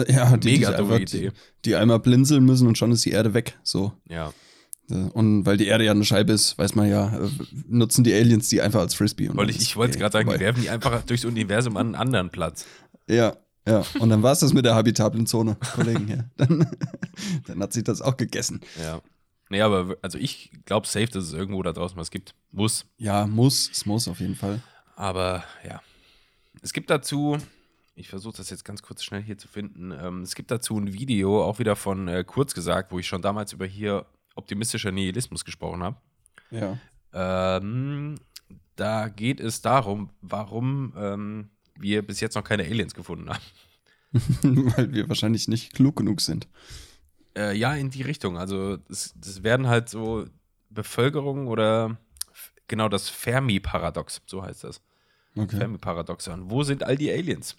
S3: Ja, die,
S2: Mega
S3: die,
S2: dumme
S3: einfach,
S2: Idee.
S3: die, die einmal blinzeln müssen und schon ist die Erde weg. So.
S2: Ja.
S3: Äh, Und weil die Erde ja eine Scheibe ist, weiß man ja, äh, nutzen die Aliens die einfach als Frisbee. Und
S2: Wollte
S3: dann
S2: ich,
S3: ist
S2: ich wollte
S3: okay,
S2: gerade sagen, die
S3: vorbei.
S2: werfen die einfach durchs Universum an einen anderen Platz.
S3: Ja, ja. Und dann war es das mit der habitablen Zone, Kollegen. Ja. Dann, dann hat sich das auch gegessen.
S2: Ja. Nee, aber w- also ich glaube safe, dass es irgendwo da draußen was gibt. Muss.
S3: Ja, muss, es muss auf jeden Fall.
S2: Aber ja. Es gibt dazu, ich versuche das jetzt ganz kurz schnell hier zu finden. Ähm, es gibt dazu ein Video, auch wieder von äh, kurz gesagt, wo ich schon damals über hier optimistischer Nihilismus gesprochen habe.
S3: Ja.
S2: Ähm, da geht es darum, warum ähm, wir bis jetzt noch keine Aliens gefunden haben.
S3: weil wir wahrscheinlich nicht klug genug sind.
S2: Äh, ja, in die Richtung. Also, das, das werden halt so Bevölkerungen oder f- genau das Fermi-Paradox, so heißt das.
S3: Okay.
S2: Fermi-Paradoxon. Wo sind all die Aliens?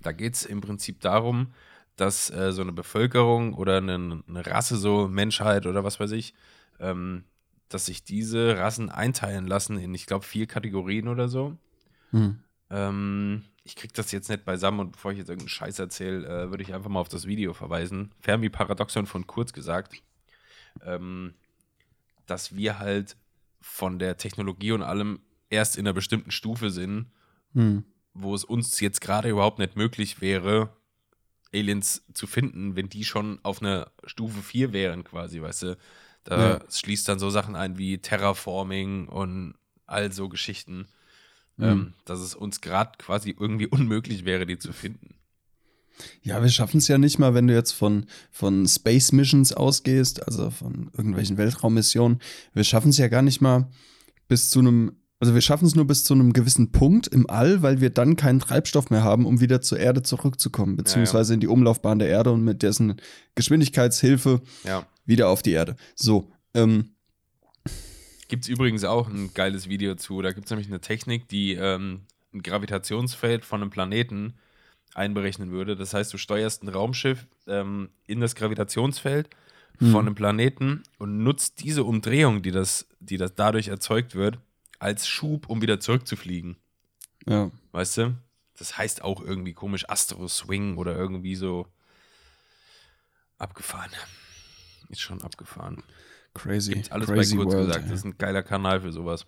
S2: Da geht es im Prinzip darum, dass äh, so eine Bevölkerung oder eine, eine Rasse, so Menschheit oder was weiß ich, ähm, dass sich diese Rassen einteilen lassen in, ich glaube, vier Kategorien oder so.
S3: Hm.
S2: Ähm, ich krieg das jetzt nicht beisammen und bevor ich jetzt irgendeinen Scheiß erzähle, äh, würde ich einfach mal auf das Video verweisen. Fermi-Paradoxon von kurz gesagt, ähm, dass wir halt von der Technologie und allem erst in einer bestimmten Stufe sind,
S3: Hm.
S2: wo es uns jetzt gerade überhaupt nicht möglich wäre, Aliens zu finden, wenn die schon auf einer Stufe 4 wären, quasi, weißt du. Da
S3: Ja.
S2: schließt dann so Sachen ein wie Terraforming und all so Geschichten,
S3: Mhm.
S2: ähm, dass es uns gerade quasi irgendwie unmöglich wäre, die zu finden.
S3: Ja, wir schaffen es ja nicht mal, wenn du jetzt von, von Space Missions ausgehst, also von irgendwelchen Weltraummissionen. Wir schaffen es ja gar nicht mal bis zu einem, also wir schaffen es nur bis zu einem gewissen Punkt im All, weil wir dann keinen Treibstoff mehr haben, um wieder zur Erde zurückzukommen, beziehungsweise in die Umlaufbahn der Erde und mit dessen Geschwindigkeitshilfe
S2: Ja.
S3: wieder auf die Erde. So, ähm,
S2: Gibt es übrigens auch ein geiles Video zu. Da gibt es nämlich eine Technik, die ähm, ein Gravitationsfeld von einem Planeten einberechnen würde. Das heißt, du steuerst ein Raumschiff ähm, in das Gravitationsfeld
S3: Hm.
S2: von einem Planeten und nutzt diese Umdrehung, die das, die das dadurch erzeugt wird, als Schub, um wieder zurückzufliegen.
S3: ja.
S2: Weißt du? Das heißt auch irgendwie komisch Astro Swing oder irgendwie so abgefahren. Ist schon abgefahren.
S3: Crazy.
S2: Gibt's alles
S3: crazy
S2: bei kurz
S3: world,
S2: gesagt. Das ist ein geiler Kanal für sowas.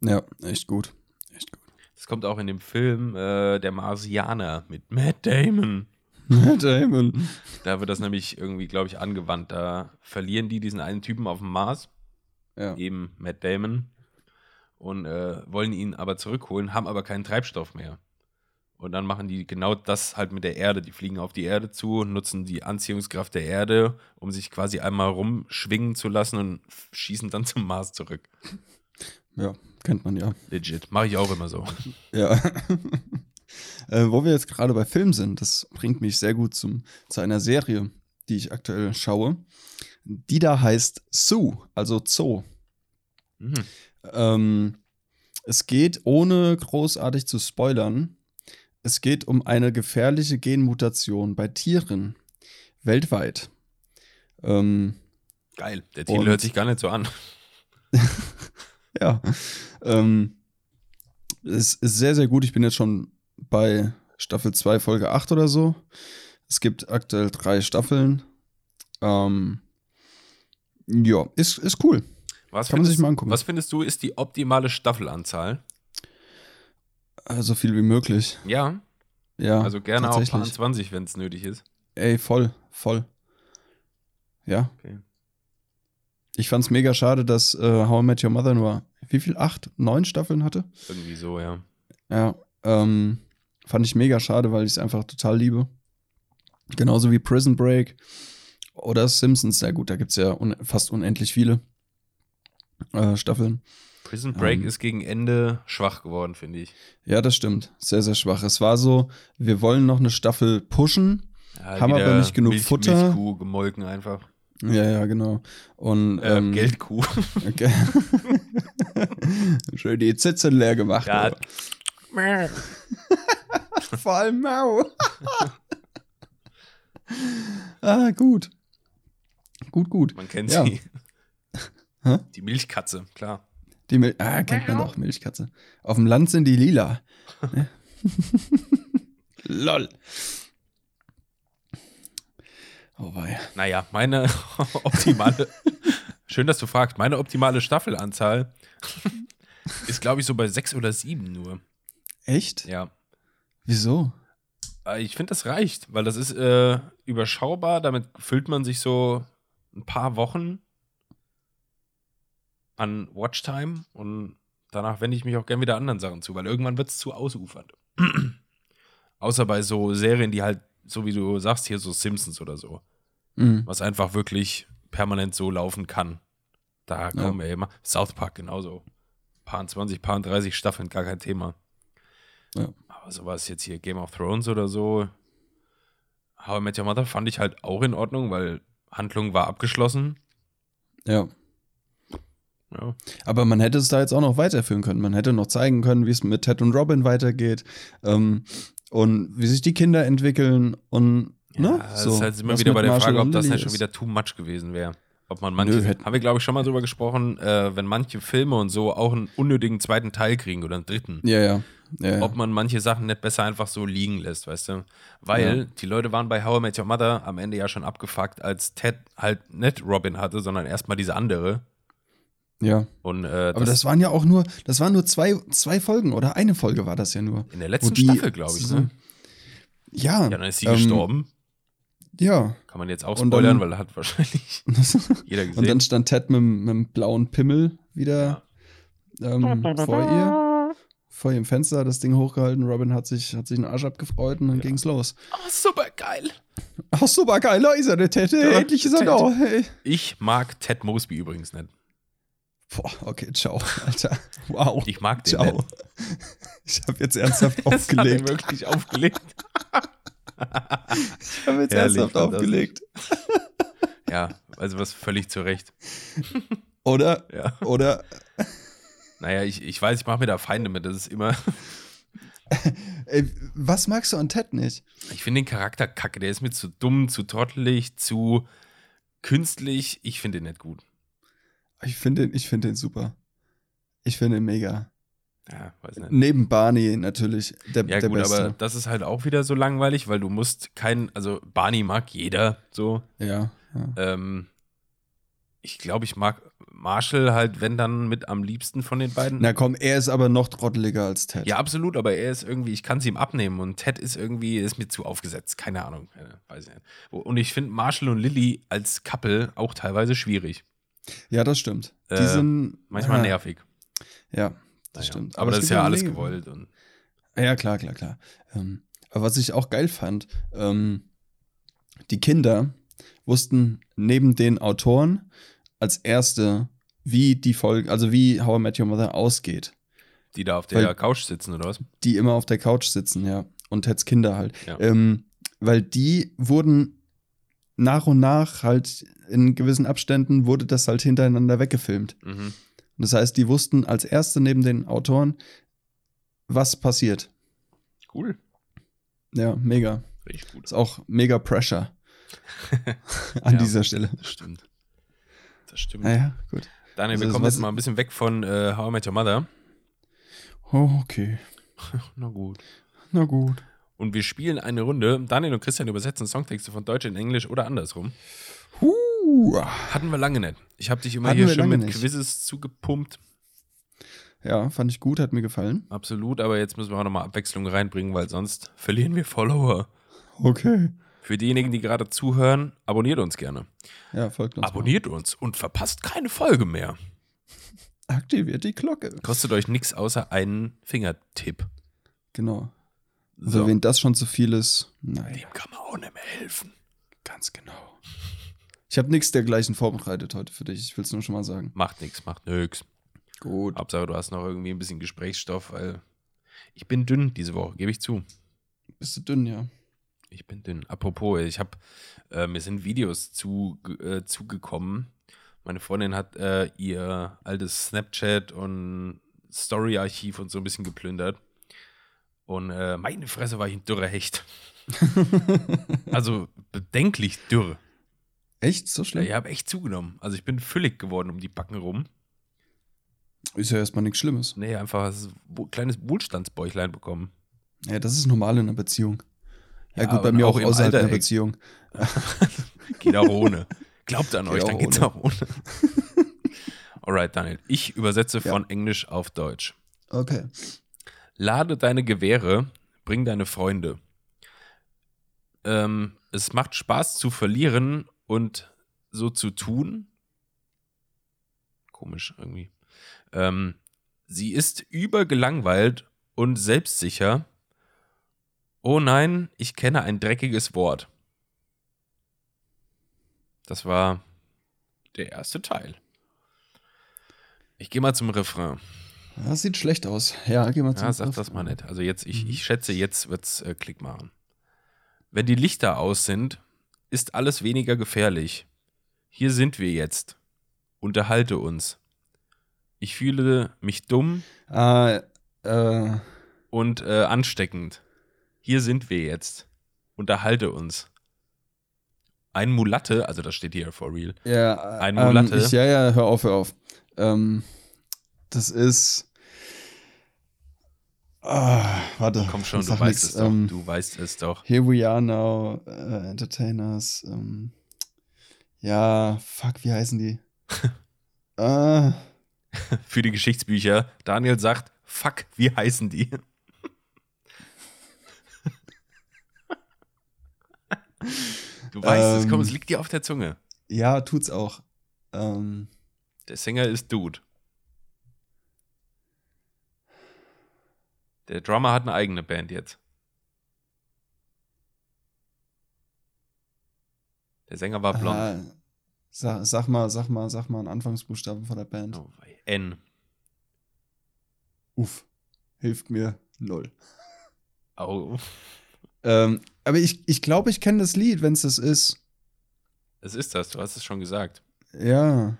S3: Ja, Ja, echt gut. Echt gut.
S2: Das kommt auch in dem Film äh, Der Marsianer mit Matt Damon.
S3: Matt Damon.
S2: Da wird das nämlich irgendwie, glaube ich, angewandt. Da verlieren die diesen einen Typen auf dem Mars,
S3: Ja.
S2: eben Matt Damon, und äh, wollen ihn aber zurückholen, haben aber keinen Treibstoff mehr. Und dann machen die genau das halt mit der Erde. Die fliegen auf die Erde zu, nutzen die Anziehungskraft der Erde, um sich quasi einmal rumschwingen zu lassen und f- schießen dann zum Mars zurück.
S3: ja, kennt man ja.
S2: Legit. Mache ich auch immer so.
S3: Ja. äh, wo wir jetzt gerade bei Film sind, das bringt mich sehr gut zum, zu einer Serie, die ich aktuell schaue. Die da heißt Zoo, also Zoo.
S2: Mhm.
S3: Ähm, es geht, ohne großartig zu spoilern, es geht um eine gefährliche Genmutation bei Tieren weltweit. Ähm,
S2: Geil. Der Titel
S3: Und-
S2: hört sich gar nicht so an.
S3: Ja. Ähm, es ist sehr, sehr gut. Ich bin jetzt schon bei Staffel 2, Folge 8 oder so. Es gibt aktuell drei Staffeln. Ähm, ja, ist, ist cool.
S2: Was
S3: Kann man sich
S2: findest-
S3: mal angucken.
S2: Was findest du, ist die optimale Staffelanzahl?
S3: Äh, So viel wie möglich.
S2: Ja,
S3: Ja.
S2: also gerne auch
S3: tatsächlich.
S2: Plan 20, wenn es nötig ist.
S3: Ey, voll, voll. Ja.
S2: Okay.
S3: Ich fand's mega schade, dass äh, How I Met Your Mother nur wie viel? Acht, neun Staffeln hatte?
S2: Irgendwie so, ja.
S3: Ja, ähm, fand ich mega schade, weil ich es einfach total liebe. Genauso wie Prison Break oder Simpsons. Sehr gut, da gibt es ja un fast unendlich viele äh, Staffeln.
S2: Prison Break
S3: Ähm.
S2: ist gegen Ende schwach geworden, finde ich.
S3: Ja, das stimmt. Sehr, sehr schwach. Es war so, wir wollen noch eine Staffel pushen.
S2: Ja,
S3: Haben
S2: wieder
S3: aber nicht genug
S2: Milch,
S3: Futter.
S2: Milchkuh gemolken einfach.
S3: Ja, ja, genau. Und
S2: Äh,
S3: ähm,
S2: Geldkuh.
S3: Okay. Schön die Zitzen leer gemacht.
S2: Ja.
S3: aber- Vor allem Mau. ah, gut. Gut, gut.
S2: Man kennt
S3: Ja.
S2: sie.
S3: Hä?
S2: Die Milchkatze, klar.
S3: Die Mil ah, kennt man doch, Milchkatze. Auf dem Land sind die lila. Ne? Lol. Oh wei.
S2: Naja, meine optimale. schön, dass du fragst. Meine optimale Staffelanzahl ist, glaube ich, so bei sechs oder sieben nur.
S3: Echt?
S2: Ja.
S3: Wieso?
S2: Äh, Ich finde, das reicht, weil das ist äh, überschaubar. Damit füllt man sich so ein paar Wochen an Watchtime und danach wende ich mich auch gern wieder anderen Sachen zu, weil irgendwann wird es zu ausufernd. Außer bei so Serien, die halt, so wie du sagst, hier so Simpsons oder so,
S3: Mhm.
S2: was einfach wirklich permanent so laufen kann. Da kommen wir immer. South Park genauso. Paar 20, Paar 30 Staffeln, gar kein Thema.
S3: Ja.
S2: Aber sowas jetzt hier Game of Thrones oder so. How I Met Your Mother fand ich halt auch in Ordnung, weil Handlung war abgeschlossen.
S3: Ja.
S2: Ja.
S3: Aber man hätte es da jetzt auch noch weiterführen können. Man hätte noch zeigen können, wie es mit Ted und Robin weitergeht ähm, und wie sich die Kinder entwickeln und ne?
S2: Ja, das ist halt immer
S3: was
S2: wieder
S3: mit
S2: bei der
S3: Marshall
S2: Frage, ob
S3: und
S2: das
S3: Lily
S2: nicht schon
S3: ist.
S2: wieder too much gewesen wäre. Ob man manche,
S3: Nö, hätten-
S2: haben wir glaube ich schon mal drüber gesprochen, äh, wenn manche Filme und so auch einen unnötigen zweiten Teil kriegen oder einen dritten.
S3: Ja, ja. ja, ja.
S2: ob man manche Sachen nicht besser einfach so liegen lässt, weißt du? Weil
S3: Ja.
S2: die Leute waren bei How I Met Your Mother am Ende ja schon abgefuckt, als Ted halt nicht Robin hatte, sondern erstmal diese andere.
S3: ja.
S2: Und äh,
S3: Aber das waren ja auch nur, das waren nur zwei, zwei Folgen oder eine Folge war das ja nur.
S2: in der
S3: wo
S2: letzten
S3: die
S2: Staffel, glaube ich,
S3: zusammen-
S2: ne?
S3: Ja.
S2: Ja, dann ist sie
S3: ähm,
S2: gestorben.
S3: Ja.
S2: Kann man jetzt auch
S3: und
S2: spoilern,
S3: dann-
S2: weil hat wahrscheinlich jeder gesehen.
S3: Und dann stand Ted mit, dem- mit dem blauen Pimmel wieder ähm, vor ihr. Vor ihrem Fenster das Ding hochgehalten. Robin hat sich, hat sich einen Arsch abgefreut und dann ging's los.
S2: oh, super geil.
S3: Ach, super geil, da ist er, der Ted. Hey,
S2: Ja,
S3: endlich ist er
S2: Ted.
S3: da. Hey.
S2: Ich mag Ted Mosby übrigens nicht.
S3: Boah, okay, ciao, Alter. Wow.
S2: Ich mag den
S3: ciao.
S2: nicht.
S3: Ich habe jetzt ernsthaft
S2: Das hat er
S3: aufgelegt.
S2: wirklich aufgelegt.
S3: Ich habe jetzt
S2: Herrlich,
S3: ernsthaft
S2: fantastisch.
S3: aufgelegt.
S2: Ja, also was völlig zu Recht.
S3: Oder?
S2: Ja.
S3: Oder?
S2: Naja, ich, ich weiß, ich mache mir da Feinde mit. Das ist immer,
S3: Ey, was magst du an Ted nicht?
S2: Ich finde den Charakter kacke. Der ist mir zu dumm, zu trottelig, zu künstlich. Ich finde ihn nicht gut.
S3: Ich finde den, ich find den super. Ich finde ihn mega.
S2: Ja, weiß nicht.
S3: Neben Barney natürlich der,
S2: Ja,
S3: der
S2: gut,
S3: Beste.
S2: aber das ist halt auch wieder so langweilig, weil du musst keinen. Also, Barney mag jeder so.
S3: ja, ja.
S2: Ähm, ich glaube, ich mag Marshall halt, wenn dann, mit am liebsten von den beiden.
S3: Na komm, er ist aber noch trotteliger als Ted.
S2: ja, absolut, aber er ist irgendwie, ich kann es ihm abnehmen und Ted ist irgendwie, ist mir zu aufgesetzt, keine Ahnung, äh, weiß ich nicht. Und ich finde Marshall und Lily als Couple auch teilweise schwierig,
S3: Ja, das stimmt. Die
S2: Äh,
S3: sind.
S2: manchmal
S3: ah,
S2: nervig.
S3: Ja, das
S2: Naja,
S3: stimmt.
S2: Aber,
S3: es
S2: das ist
S3: gibt
S2: ja alles
S3: einige-
S2: gewollt. Und
S3: Ja, klar, klar, klar. Ähm, aber was ich auch geil fand, ähm, die Kinder wussten neben den Autoren als erste, wie die Folge, also wie How I Met Your Mother ausgeht.
S2: die da auf der
S3: Weil-
S2: Couch sitzen oder was?
S3: die immer auf der Couch sitzen, ja. Und Teds Kinder halt.
S2: Ja.
S3: Ähm, weil die wurden nach und nach halt in gewissen Abständen wurde das halt hintereinander weggefilmt.
S2: Mhm.
S3: Und das heißt, die wussten als erste neben den Autoren, was passiert.
S2: Cool.
S3: Ja, mega.
S2: Richtig gut.
S3: Ist auch mega Pressure an
S2: Ja.
S3: dieser Stelle.
S2: Das stimmt. Das stimmt.
S3: Naja, gut.
S2: Daniel,
S3: Also
S2: wir
S3: das
S2: kommen
S3: was-
S2: jetzt mal ein bisschen weg von äh, How I Met Your Mother.
S3: Oh, okay.
S2: Na gut.
S3: Na gut.
S2: Und wir spielen eine Runde. Daniel und Christian übersetzen Songtexte von Deutsch in Englisch oder andersrum.
S3: Huh.
S2: Hatten wir lange nicht. Ich habe dich immer
S3: Hatten
S2: hier
S3: wir
S2: schon
S3: lange
S2: mit
S3: nicht.
S2: Quizzes zugepumpt.
S3: Ja, fand ich gut, hat mir gefallen.
S2: Absolut, aber jetzt müssen wir auch nochmal Abwechslung reinbringen, weil sonst verlieren wir Follower.
S3: Okay.
S2: Für diejenigen, die gerade zuhören, abonniert uns gerne.
S3: Ja, folgt uns. mal.
S2: Abonniert uns und verpasst keine Folge mehr.
S3: Aktiviert die Glocke.
S2: Kostet euch nichts außer einen Fingertipp.
S3: Genau. Also
S2: So,
S3: wen das schon zu viel ist, nein.
S2: dem kann man auch nicht mehr helfen.
S3: Ganz genau. Ich habe nichts dergleichen vorbereitet heute für dich. Ich will es nur schon mal sagen.
S2: Macht nichts, macht nix.
S3: Gut.
S2: Hauptsache, du hast noch irgendwie ein bisschen Gesprächsstoff, weil ich bin dünn diese Woche, gebe ich zu.
S3: Bist du dünn, ja.
S2: Ich bin dünn. Apropos, ich habe äh, mir sind Videos zu, äh, zugekommen. Meine Freundin hat äh, ihr altes Snapchat und Story-Archiv und so ein bisschen geplündert. Und äh, meine Fresse war ich ein dürrer Hecht. Also bedenklich dürr.
S3: Echt? So
S2: Ja,
S3: schlecht?
S2: ich habe echt zugenommen. Also ich bin füllig geworden um die Backen rum.
S3: Ist ja erstmal nichts Schlimmes.
S2: Nee, einfach ein wo- kleines Wohlstandsbäuchlein bekommen.
S3: Ja, das ist normal in einer Beziehung.
S2: Ja,
S3: Ja, gut, bei
S2: aber
S3: mir
S2: auch
S3: auch
S2: im
S3: außerhalb
S2: Alter,
S3: einer
S2: ey.
S3: Beziehung.
S2: Geht auch ohne. Glaubt an
S3: Geht
S2: euch,
S3: auch
S2: dann geht's
S3: ohne.
S2: auch ohne. Alright, Daniel. Ich übersetze
S3: Ja.
S2: von Englisch auf Deutsch.
S3: Okay.
S2: Lade deine Gewehre, bring deine Freunde. Ähm, es macht Spaß zu verlieren und so zu tun. Komisch irgendwie. Ähm, sie ist übergelangweilt und selbstsicher. Oh nein, ich kenne ein dreckiges Wort. Das war der erste Teil. Ich gehe mal zum Refrain.
S3: Das sieht schlecht aus. Ja, geh mal zum
S2: Ja, sag das mal nicht. Also jetzt, ich,
S3: Mhm.
S2: ich schätze, jetzt wird's äh, Klick machen. Wenn die Lichter aus sind, ist alles weniger gefährlich. Hier sind wir jetzt. Unterhalte uns. Ich fühle mich dumm
S3: Ah, äh,
S2: und äh, ansteckend. Hier sind wir jetzt. Unterhalte uns. Ein Mulatte, also das steht hier for real.
S3: ja.
S2: Ein
S3: ähm,
S2: Mulatte.
S3: Ich, ja, ja, hör auf, hör auf. Ähm, das ist. Ah, warte.
S2: Komm schon, du
S3: sag
S2: weißt
S3: nix.
S2: es doch.
S3: Ähm,
S2: Du weißt es doch.
S3: Here we are now, äh, Entertainers. Ähm, ja, fuck, wie heißen die? äh,
S2: Für die Geschichtsbücher. Daniel sagt, fuck, wie heißen die? Du weißt es, komm, es
S3: Ähm.
S2: liegt dir auf der Zunge.
S3: ja, tut's auch. Ähm,
S2: Der Sänger ist Dude. Der Drummer hat eine eigene Band jetzt. Der Sänger war blond.
S3: äh, sag, sag mal, sag mal, sag mal einen Anfangsbuchstaben von der Band.
S2: Oh, wei. N.
S3: Uff, hilft mir. Lol.
S2: Au.
S3: Ähm, aber ich, ich glaube, ich kenne das Lied, wenn es das ist.
S2: Es ist das, du hast es schon gesagt.
S3: Ja,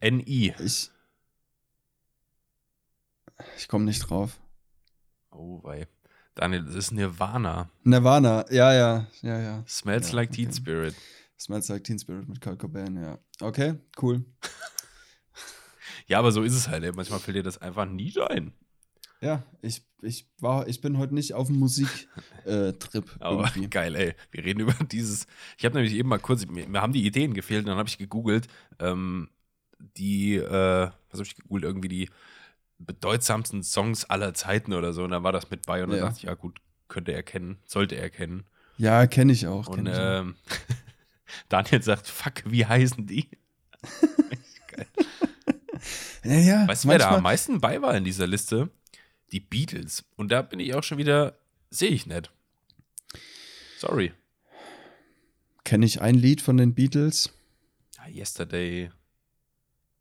S2: N-I.
S3: ich. Ich komme nicht drauf.
S2: Oh, wei. Daniel, es ist Nirvana.
S3: Nirvana, ja, ja, ja, ja.
S2: Smells
S3: Ja,
S2: like
S3: okay.
S2: Teen Spirit.
S3: Smells like Teen Spirit mit Kurt Cobain, ja. Okay, cool.
S2: Ja, aber so ist es halt. ey. Manchmal fällt dir das einfach nie ein.
S3: Ja, ich, ich, war, ich bin heute nicht auf dem Musiktrip. Äh, Trip
S2: Aber
S3: irgendwie.
S2: geil, ey. Wir reden über dieses. Ich habe nämlich eben mal kurz, mir, mir haben die Ideen gefehlt und dann habe ich gegoogelt, ähm, die, äh, was habe ich gegoogelt, irgendwie die bedeutsamsten Songs aller Zeiten oder so. Und da war das mit bei und dann
S3: Ja.
S2: dachte ich, ja gut, könnte er kennen, sollte er kennen.
S3: Ja, kenne ich auch.
S2: und
S3: Kenn ich auch.
S2: ähm, Daniel sagt, fuck, wie heißen die?
S3: ja, ja,
S2: Weißt du, wer da am
S3: manchmal-
S2: meisten bei war in dieser Liste? Die Beatles. Und da bin ich auch schon wieder, sehe ich nicht. Sorry.
S3: Kenn ich ein Lied von den Beatles?
S2: Ja, Yesterday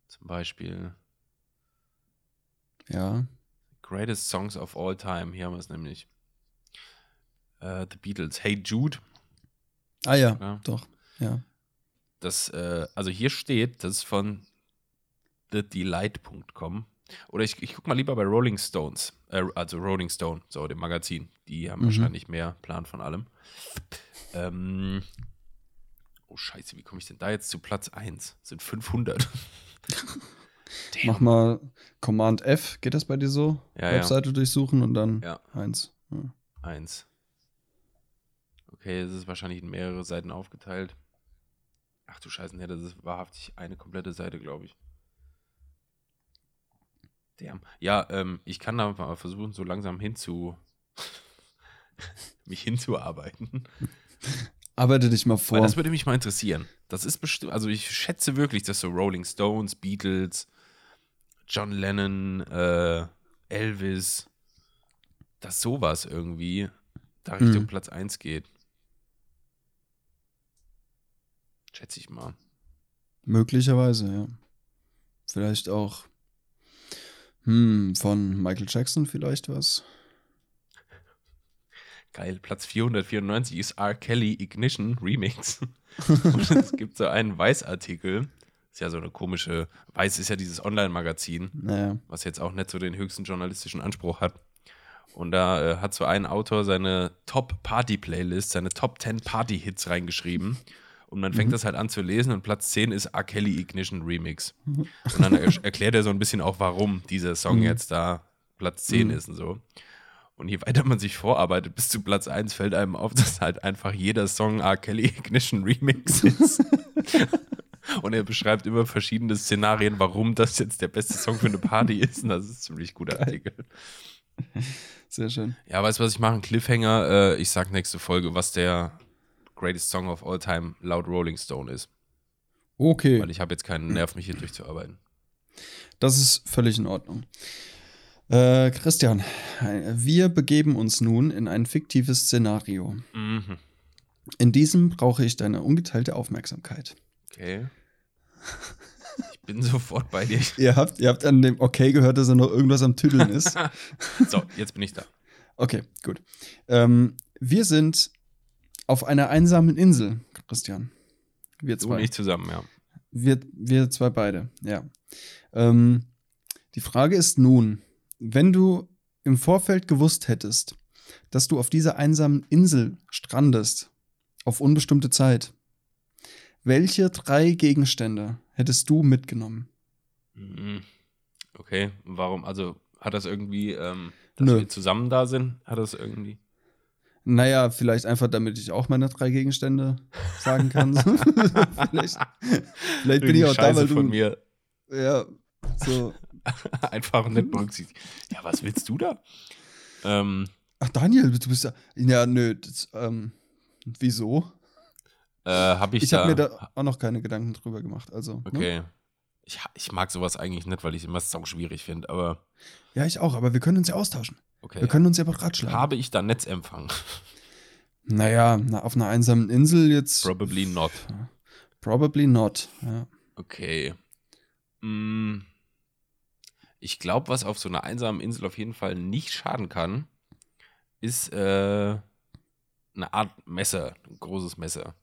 S2: zum Beispiel.
S3: Ja.
S2: Greatest Songs of All Time. Hier haben wir es nämlich. Äh, The Beatles. Hey Jude.
S3: Ah ja,
S2: Ja.
S3: doch. Ja.
S2: Das, äh, also hier steht, das ist von thedelight.com. Oder ich, ich guck mal lieber bei Rolling Stones. Äh, also Rolling Stone, so dem Magazin. Die haben
S3: Mhm.
S2: wahrscheinlich mehr Plan von allem. Ähm, oh Scheiße, wie komme ich denn da jetzt zu Platz 1? Sind 500. Damn.
S3: Mach mal Command F, geht das bei dir so?
S2: Ja, ja.
S3: Webseite durchsuchen und dann
S2: Ja.
S3: eins. Ja.
S2: Eins. Okay, es ist wahrscheinlich in mehrere Seiten aufgeteilt. Ach du Scheiße, nee, das ist wahrhaftig eine komplette Seite, glaube ich. Damn. Ja, ähm, ich kann da mal versuchen, so langsam hinzu. mich hinzuarbeiten.
S3: Arbeite dich mal
S2: Weil
S3: vor.
S2: das würde mich mal interessieren. Das ist bestimmt, also ich schätze wirklich, dass so Rolling Stones, Beatles, John Lennon, äh, Elvis, dass sowas irgendwie da Richtung
S3: Mhm.
S2: Platz 1 geht. Schätze ich mal.
S3: Möglicherweise, ja. Vielleicht auch hm, von Michael Jackson vielleicht was.
S2: Geil, Platz 494 ist R. Kelly Ignition Remix. Und es gibt so einen Weiß-Artikel. Ist ja so eine komische, Weiß ist ja dieses Online-Magazin.
S3: Naja.
S2: was jetzt auch nicht so den höchsten journalistischen Anspruch hat. Und da äh, hat so ein Autor seine Top-Party-Playlist, seine Top 10 Party-Hits reingeschrieben. Und man fängt das halt an zu lesen und Platz 10 ist R. Kelly Ignition Remix. Und dann er erklärt er so ein bisschen auch, warum dieser Song
S3: Mhm.
S2: jetzt da Platz 10
S3: Mhm.
S2: ist und so. Und je weiter man sich vorarbeitet bis zu Platz 1, fällt einem auf, dass halt einfach jeder Song R. Kelly Ignition Remix ist. und er beschreibt immer verschiedene Szenarien, warum das jetzt der beste Song für eine Party ist. Und das ist ein ziemlich guter Artikel.
S3: Sehr schön.
S2: Ja, weißt du, was ich mache? Ein Cliffhanger. Äh, ich sag nächste Folge, was der greatest Song of all time laut Rolling Stone ist.
S3: Okay.
S2: Weil ich habe jetzt keinen Nerv, mich hier durchzuarbeiten.
S3: Das ist völlig in Ordnung. Äh, Christian, wir begeben uns nun in ein fiktives Szenario.
S2: Mhm.
S3: In diesem brauche ich deine ungeteilte Aufmerksamkeit.
S2: Okay. Ich bin sofort bei dir.
S3: Ihr habt, ihr habt an dem Okay gehört, dass er noch irgendwas am Tüdeln ist.
S2: So, jetzt bin ich da.
S3: Okay, gut. Ähm, wir sind auf einer einsamen Insel, Christian. Wir
S2: Du und
S3: zwei.
S2: ich zusammen, ja.
S3: Wir, wir zwei beide, ja. Ähm, die Frage ist nun, wenn du im Vorfeld gewusst hättest, dass du auf dieser einsamen Insel strandest, auf unbestimmte Zeit, welche drei Gegenstände hättest du mitgenommen?
S2: Mhm. Okay, und warum? Also, hat das irgendwie, ähm, dass
S3: Nö.
S2: wir zusammen da sind? Hat das irgendwie.
S3: Naja, vielleicht einfach, damit ich auch meine drei Gegenstände sagen kann. vielleicht vielleicht bin ich auch da,
S2: Scheiße
S3: weil du.
S2: von mir
S3: Ja, so.
S2: einfach nicht berücksichtigt. Ja, was willst du da? Ähm,
S3: Ach, Daniel, du bist da. Ja, nö, das, ähm, wieso?
S2: äh, hab ich,
S3: Ich habe mir
S2: da
S3: da auch noch keine Gedanken drüber gemacht. Also, ne?
S2: Okay. Ich, ha- ich mag sowas eigentlich nicht, weil ich immer sau schwierig finde, aber
S3: Ja, ich auch, aber wir können uns ja austauschen.
S2: okay.
S3: Wir können uns ja beratschlagen.
S2: Habe ich da Netzempfang?
S3: Naja, na, auf einer einsamen Insel jetzt.
S2: Probably not.
S3: Probably not. Ja.
S2: Okay. Mm. Ich glaube, was auf so einer einsamen Insel auf jeden Fall nicht schaden kann, ist äh, eine Art Messer, ein großes Messer.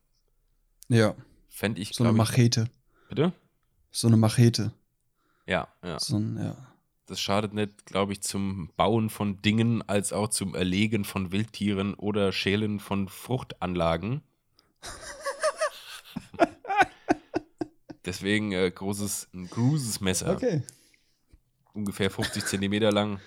S3: ja,
S2: Fände ich,
S3: so eine
S2: glaube ich.
S3: Machete.
S2: Bitte?
S3: So eine Machete.
S2: Ja, ja.
S3: So ein, ja.
S2: Das schadet nicht, glaube ich, zum Bauen von Dingen, als auch zum Erlegen von Wildtieren oder Schälen von Fruchtanlagen. Deswegen äh, großes, ein großes Messer,
S3: Okay.
S2: ungefähr 50 Zentimeter lang.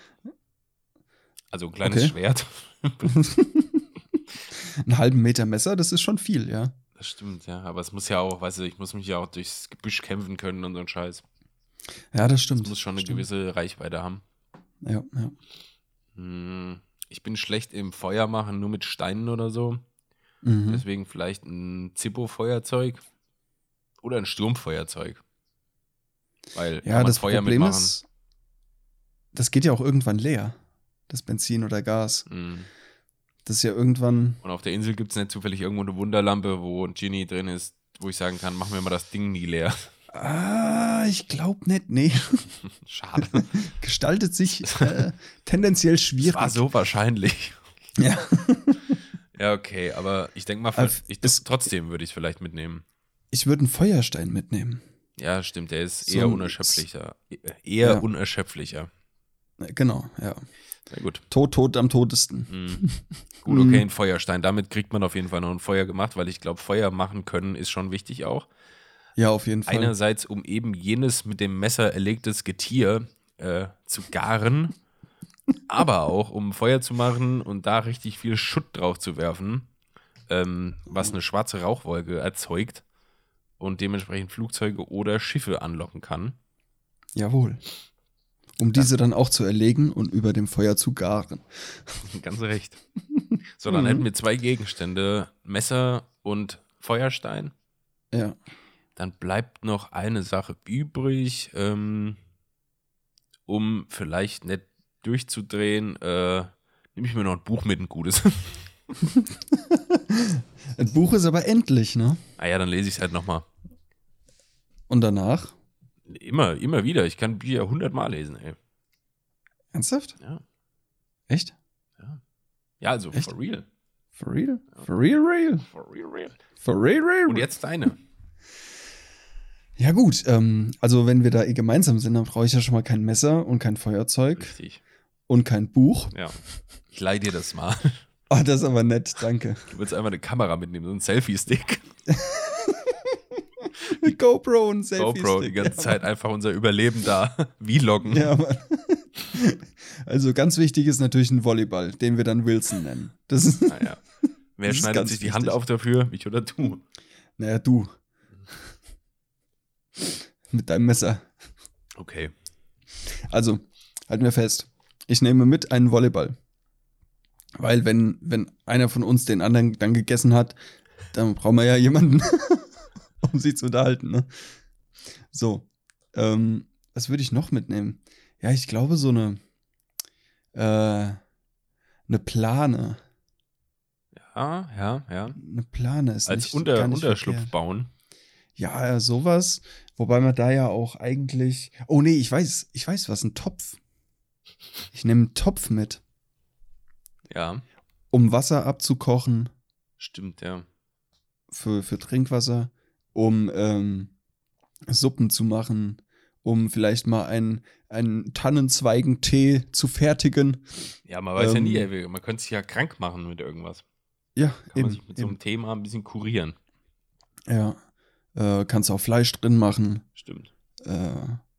S2: Also ein kleines
S3: Okay.
S2: Schwert.
S3: Einen halben Meter Messer, das ist schon viel, ja.
S2: Das stimmt, ja. Aber es muss ja auch, weißt du, ich muss mich ja auch durchs Gebüsch kämpfen können und so ein Scheiß.
S3: Ja, das stimmt.
S2: Das muss schon eine
S3: stimmt.
S2: gewisse Reichweite haben.
S3: Ja, ja.
S2: Hm, ich bin schlecht im Feuer machen, nur mit Steinen oder so.
S3: Mhm.
S2: Deswegen vielleicht ein Zippo-Feuerzeug oder ein Sturmfeuerzeug. Weil kann
S3: Ja,
S2: man
S3: das
S2: Feuer
S3: Problem
S2: mitmachen.
S3: ist, das geht ja auch irgendwann leer. Das Benzin oder Gas.
S2: Mm.
S3: Das ist ja irgendwann.
S2: Und auf der Insel gibt es nicht zufällig irgendwo eine Wunderlampe, wo ein Genie drin ist, wo ich sagen kann, mach mir mal das Ding nie leer.
S3: Ah, ich glaube nicht. Nee.
S2: Schade.
S3: Gestaltet sich äh, tendenziell schwierig.
S2: Das war so wahrscheinlich.
S3: Ja.
S2: Ja, okay, aber ich denke mal,
S3: Aber
S2: ich,
S3: es-
S2: trotzdem würde ich es vielleicht mitnehmen.
S3: Ich würde einen Feuerstein mitnehmen.
S2: Ja, stimmt, der ist
S3: So
S2: eher
S3: ein-
S2: unerschöpflicher. E- Eher
S3: Ja.
S2: unerschöpflicher.
S3: Äh, Genau, ja.
S2: Na gut.
S3: Tot, tot am totesten.
S2: Mm. Gut, okay,
S3: Mm.
S2: ein Feuerstein. Damit kriegt man auf jeden Fall noch ein Feuer gemacht, weil ich glaube, Feuer machen können ist schon wichtig auch.
S3: Ja, auf jeden Fall.
S2: Einerseits, um eben jenes mit dem Messer erlegtes Getier äh, zu garen, aber auch, um Feuer zu machen und da richtig viel Schutt drauf zu werfen, ähm, was eine schwarze Rauchwolke erzeugt und dementsprechend Flugzeuge oder Schiffe anlocken kann.
S3: Jawohl. Um diese dann auch zu erlegen und über dem Feuer zu garen.
S2: Ganz recht. So, dann
S3: Mhm.
S2: hätten wir zwei Gegenstände: Messer und Feuerstein.
S3: Ja.
S2: Dann bleibt noch eine Sache übrig, ähm, um vielleicht nicht durchzudrehen. Äh, nehme ich mir noch ein Buch mit, ein gutes.
S3: Ein Buch ist aber endlich, ne?
S2: ah ja, dann lese ich es halt nochmal.
S3: Und danach?
S2: Immer, immer wieder. Ich kann Bücher hundertmal lesen, ey.
S3: Ernsthaft?
S2: Ja.
S3: Echt?
S2: Ja, also
S3: Echt?
S2: for real.
S3: For real? For real, real?
S2: For real, real.
S3: For real, real?
S2: Und jetzt deine.
S3: Ja, gut. Ähm, also, wenn wir da eh gemeinsam sind, dann brauche ich ja schon mal kein Messer und kein Feuerzeug.
S2: Richtig.
S3: und kein Buch.
S2: Ja. Ich leih dir das mal.
S3: Oh, das ist aber nett, danke.
S2: Du willst einfach eine Kamera mitnehmen, so einen Selfie-Stick.
S3: Eine GoPro und ein Selfie.
S2: GoPro, die ganze Zeit einfach unser Überleben da vloggen.
S3: Ja, Mann. Also ganz wichtig ist natürlich ein Volleyball, den wir dann Wilson nennen. Das ist,
S2: Naja. Wer
S3: Das ist
S2: schneidet
S3: ganz
S2: sich die Hand
S3: wichtig.
S2: auf dafür? Ich oder du?
S3: naja, du. Mit deinem Messer.
S2: Okay.
S3: Also, halten wir fest. Ich nehme mit einen Volleyball. Weil wenn, wenn einer von uns den anderen dann gegessen hat, dann brauchen wir ja jemanden, um sie zu unterhalten. Ne? So, ähm, was würde ich noch mitnehmen? Ja, ich glaube so eine, äh, eine Plane.
S2: Ja, ja, ja.
S3: Eine Plane ist
S2: Als
S3: nicht,
S2: Unter,
S3: gar nicht
S2: Unterschlupf
S3: verkehrt.
S2: bauen.
S3: Ja, ja, sowas. Wobei man da ja auch eigentlich. Oh nee, ich weiß, ich weiß was, ein Topf. Ich nehme einen Topf mit,
S2: Ja,
S3: um Wasser abzukochen
S2: stimmt, ja.
S3: für, für Trinkwasser, um ähm, Suppen zu machen, um vielleicht mal einen, einen Tannenzweigentee zu fertigen.
S2: Ja, man weiß
S3: Ähm,
S2: ja nie, ey, man könnte sich ja krank machen mit irgendwas.
S3: Ja,
S2: Kann man
S3: eben,
S2: sich mit so
S3: eben.
S2: einem Thema ein bisschen kurieren.
S3: Ja. Äh, kannst auch Fleisch drin machen.
S2: Stimmt.
S3: Äh,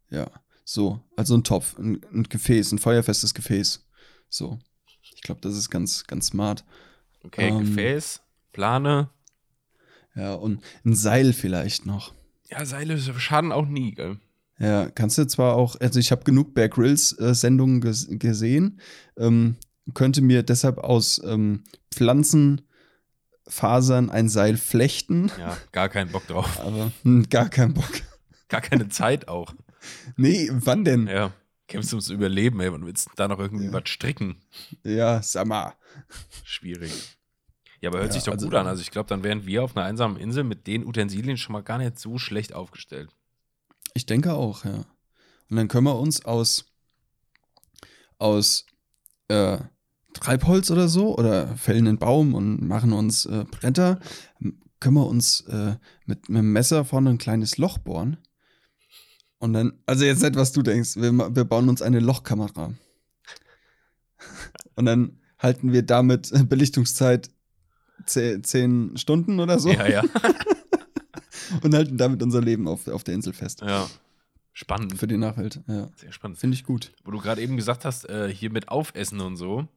S3: ja, so. Also ein Topf, ein, ein Gefäß, ein feuerfestes Gefäß. So. Ich glaube, das ist ganz, ganz smart.
S2: Okay,
S3: Ähm,
S2: Gefäß, Plane.
S3: Ja, und ein Seil vielleicht noch.
S2: Ja, Seile schaden auch nie, gell?
S3: Ja, kannst du zwar auch, also ich habe genug Bear Grylls äh, Sendungen ges gesehen, ähm, könnte mir deshalb aus ähm, Pflanzenfasern ein Seil flechten,
S2: Ja, gar keinen Bock drauf.
S3: aber hm, gar kein Bock.
S2: Gar keine Zeit auch.
S3: Nee, wann denn? Ja,
S2: Ja. Kämpfst ums Überleben, ey. Und willst du da noch irgendwie
S3: Ja.
S2: was stricken?
S3: sag mal.
S2: Schwierig. Ja, aber hört
S3: Ja,
S2: sich doch
S3: also-
S2: gut an. Also ich glaube, dann wären wir auf einer einsamen Insel mit den Utensilien schon mal gar nicht so schlecht aufgestellt.
S3: Ich denke auch, ja. Und dann können wir uns aus, aus äh, Treibholz oder so oder fällen einen Baum und machen uns äh, Bretter, m- können wir uns äh, mit, mit einem Messer vorne ein kleines Loch bohren. Und dann, also jetzt nicht, was du denkst, wir, ma- wir bauen uns eine Lochkamera. Und dann halten wir damit äh, Belichtungszeit ze- zehn Stunden oder so
S2: Ja, ja.
S3: und halten damit unser Leben auf, auf der Insel fest.
S2: ja. Spannend.
S3: Für die Nachwelt, ja.
S2: Sehr spannend.
S3: Finde ich gut.
S2: Wo du gerade eben gesagt hast, äh, hier mit Aufessen und so.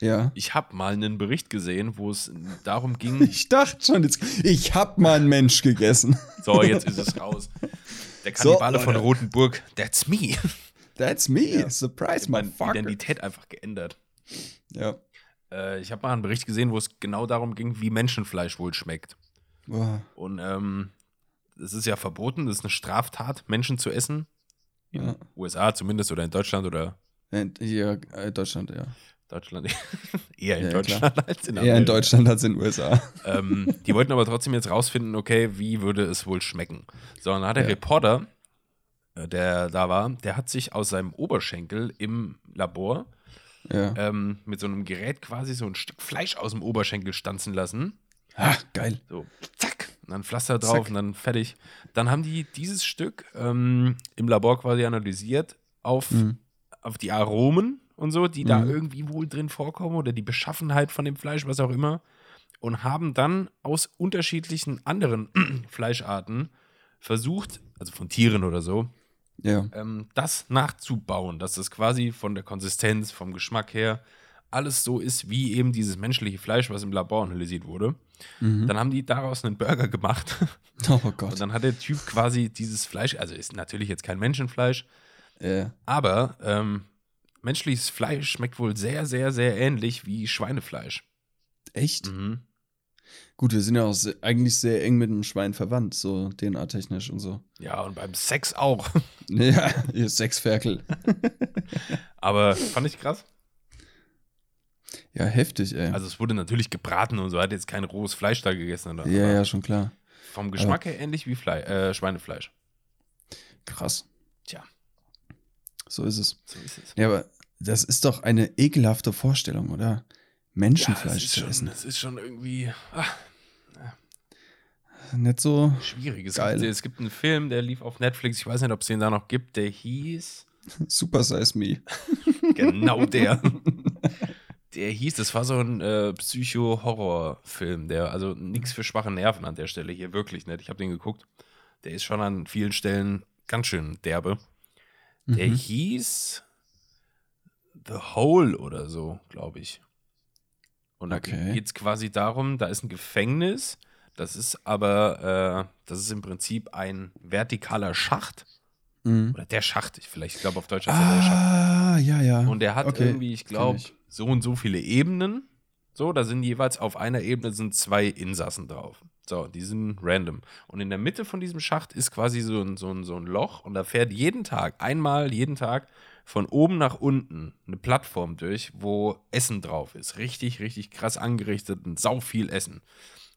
S3: Ja.
S2: Ich habe mal einen Bericht gesehen, wo es darum ging,
S3: Ich dachte schon, jetzt, ich hab mal einen Mensch gegessen.
S2: So, jetzt ist es raus. Der
S3: So,
S2: Kannibale von
S3: Leute.
S2: Rotenburg, that's me.
S3: That's me.
S2: Ja.
S3: Surprise,
S2: Hat meine
S3: motherfucker.
S2: Identität einfach geändert.
S3: Ja.
S2: Äh, ich habe mal einen Bericht gesehen, wo es genau darum ging, wie Menschenfleisch wohl schmeckt.
S3: Boah.
S2: Und ähm, das ist ja verboten, das ist eine Straftat, Menschen zu essen. In
S3: Ja.
S2: USA zumindest oder in Deutschland oder
S3: Und hier, äh, Deutschland, ja.
S2: Deutschland. eher in
S3: Ja,
S2: Deutschland als in
S3: Eher in
S2: Amerika.
S3: Deutschland als in den USA.
S2: Ähm, die wollten aber trotzdem jetzt rausfinden, okay, wie würde es wohl schmecken. So, und dann hat der
S3: Ja.
S2: Reporter, äh, der da war, der hat sich aus seinem Oberschenkel im Labor
S3: Ja.
S2: ähm, mit so einem Gerät quasi so ein Stück Fleisch aus dem Oberschenkel stanzen lassen.
S3: Ha, Ah, geil.
S2: So, zack, und dann Pflaster drauf
S3: Zack.
S2: und dann fertig. Dann haben die dieses Stück ähm, im Labor quasi analysiert auf,
S3: Mhm.
S2: auf die Aromen und so, die da
S3: Mhm.
S2: irgendwie wohl drin vorkommen oder die Beschaffenheit von dem Fleisch, was auch immer. Und haben dann aus unterschiedlichen anderen Fleischarten versucht, also von Tieren oder so,
S3: Ja.
S2: ähm, das nachzubauen, dass das quasi von der Konsistenz, vom Geschmack her alles so ist wie eben dieses menschliche Fleisch, was im Labor analysiert wurde.
S3: Mhm.
S2: Dann haben die daraus einen Burger gemacht
S3: Oh
S2: und
S3: Gott.
S2: dann hat der Typ quasi dieses Fleisch, also ist natürlich jetzt kein Menschenfleisch,
S3: Ja.
S2: aber ähm, menschliches Fleisch schmeckt wohl sehr, sehr, sehr ähnlich wie Schweinefleisch.
S3: Echt?
S2: Mhm.
S3: Gut, wir sind ja auch se- eigentlich sehr eng mit dem Schwein verwandt, so DNA-technisch und so.
S2: Ja, und beim Sex auch.
S3: Ja, ihr Sechsferkel.
S2: Aber fand ich krass.
S3: Ja, heftig, ey.
S2: Also es wurde natürlich gebraten und so, hat jetzt kein rohes Fleisch da gegessen. Oder?
S3: ja,
S2: aber
S3: ja, schon klar.
S2: Vom Geschmack her ähnlich wie Fle äh, Schweinefleisch.
S3: Krass.
S2: Tja.
S3: So ist es.
S2: So ist es.
S3: Ja, aber das ist doch eine ekelhafte Vorstellung, oder? Menschenfleisch zu
S2: ja, das, ist schon,
S3: essen.
S2: das ist schon irgendwie ah,
S3: Nicht so.
S2: schwierig. Es
S3: Geil.
S2: gibt, es gibt einen Film, der lief auf Netflix, ich weiß nicht, ob es den da noch gibt, der hieß
S3: Super Size Me.
S2: Genau der. Der hieß, das war so ein äh, Psycho-Horror-Film, der, also nichts für schwache Nerven an der Stelle hier, wirklich nicht. Ich habe den geguckt. Der ist schon an vielen Stellen ganz schön derbe. Der
S3: Mhm.
S2: hieß The Hole oder so, glaube ich. Und da
S3: Okay.
S2: geht es quasi darum, da ist ein Gefängnis, das ist aber, äh, das ist im Prinzip ein vertikaler Schacht.
S3: Mhm.
S2: Oder der Schacht, ich vielleicht, ich glaube auf Deutsch heißt er der Schacht.
S3: Ah, ja, ja.
S2: Und der hat
S3: Okay,
S2: irgendwie, ich glaube,
S3: ich.
S2: so und so viele Ebenen. So, da sind jeweils auf einer Ebene sind zwei Insassen drauf. So, die sind random. Und in der Mitte von diesem Schacht ist quasi so ein, so ein, so ein Loch und da fährt jeden Tag, einmal jeden Tag, von oben nach unten eine Plattform durch, wo Essen drauf ist. Richtig, richtig krass angerichtet und sau viel Essen.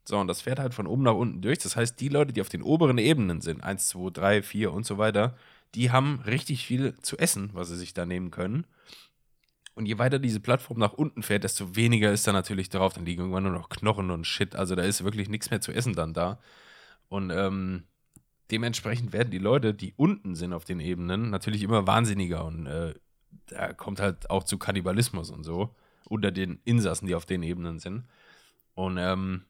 S2: So, und das fährt halt von oben nach unten durch. Das heißt, die Leute, die auf den oberen Ebenen sind, 1, 2, 3, 4 und so weiter, die haben richtig viel zu essen, was sie sich da nehmen können. Und je weiter diese Plattform nach unten fährt, desto weniger ist da natürlich drauf. Dann liegen irgendwann nur noch Knochen und Shit. Also da ist wirklich nichts mehr zu essen dann da. Und ähm, dementsprechend werden die Leute, die unten sind auf den Ebenen, natürlich immer wahnsinniger. Und äh, da kommt halt auch zu Kannibalismus und so unter den Insassen, die auf den Ebenen sind. Und ähm,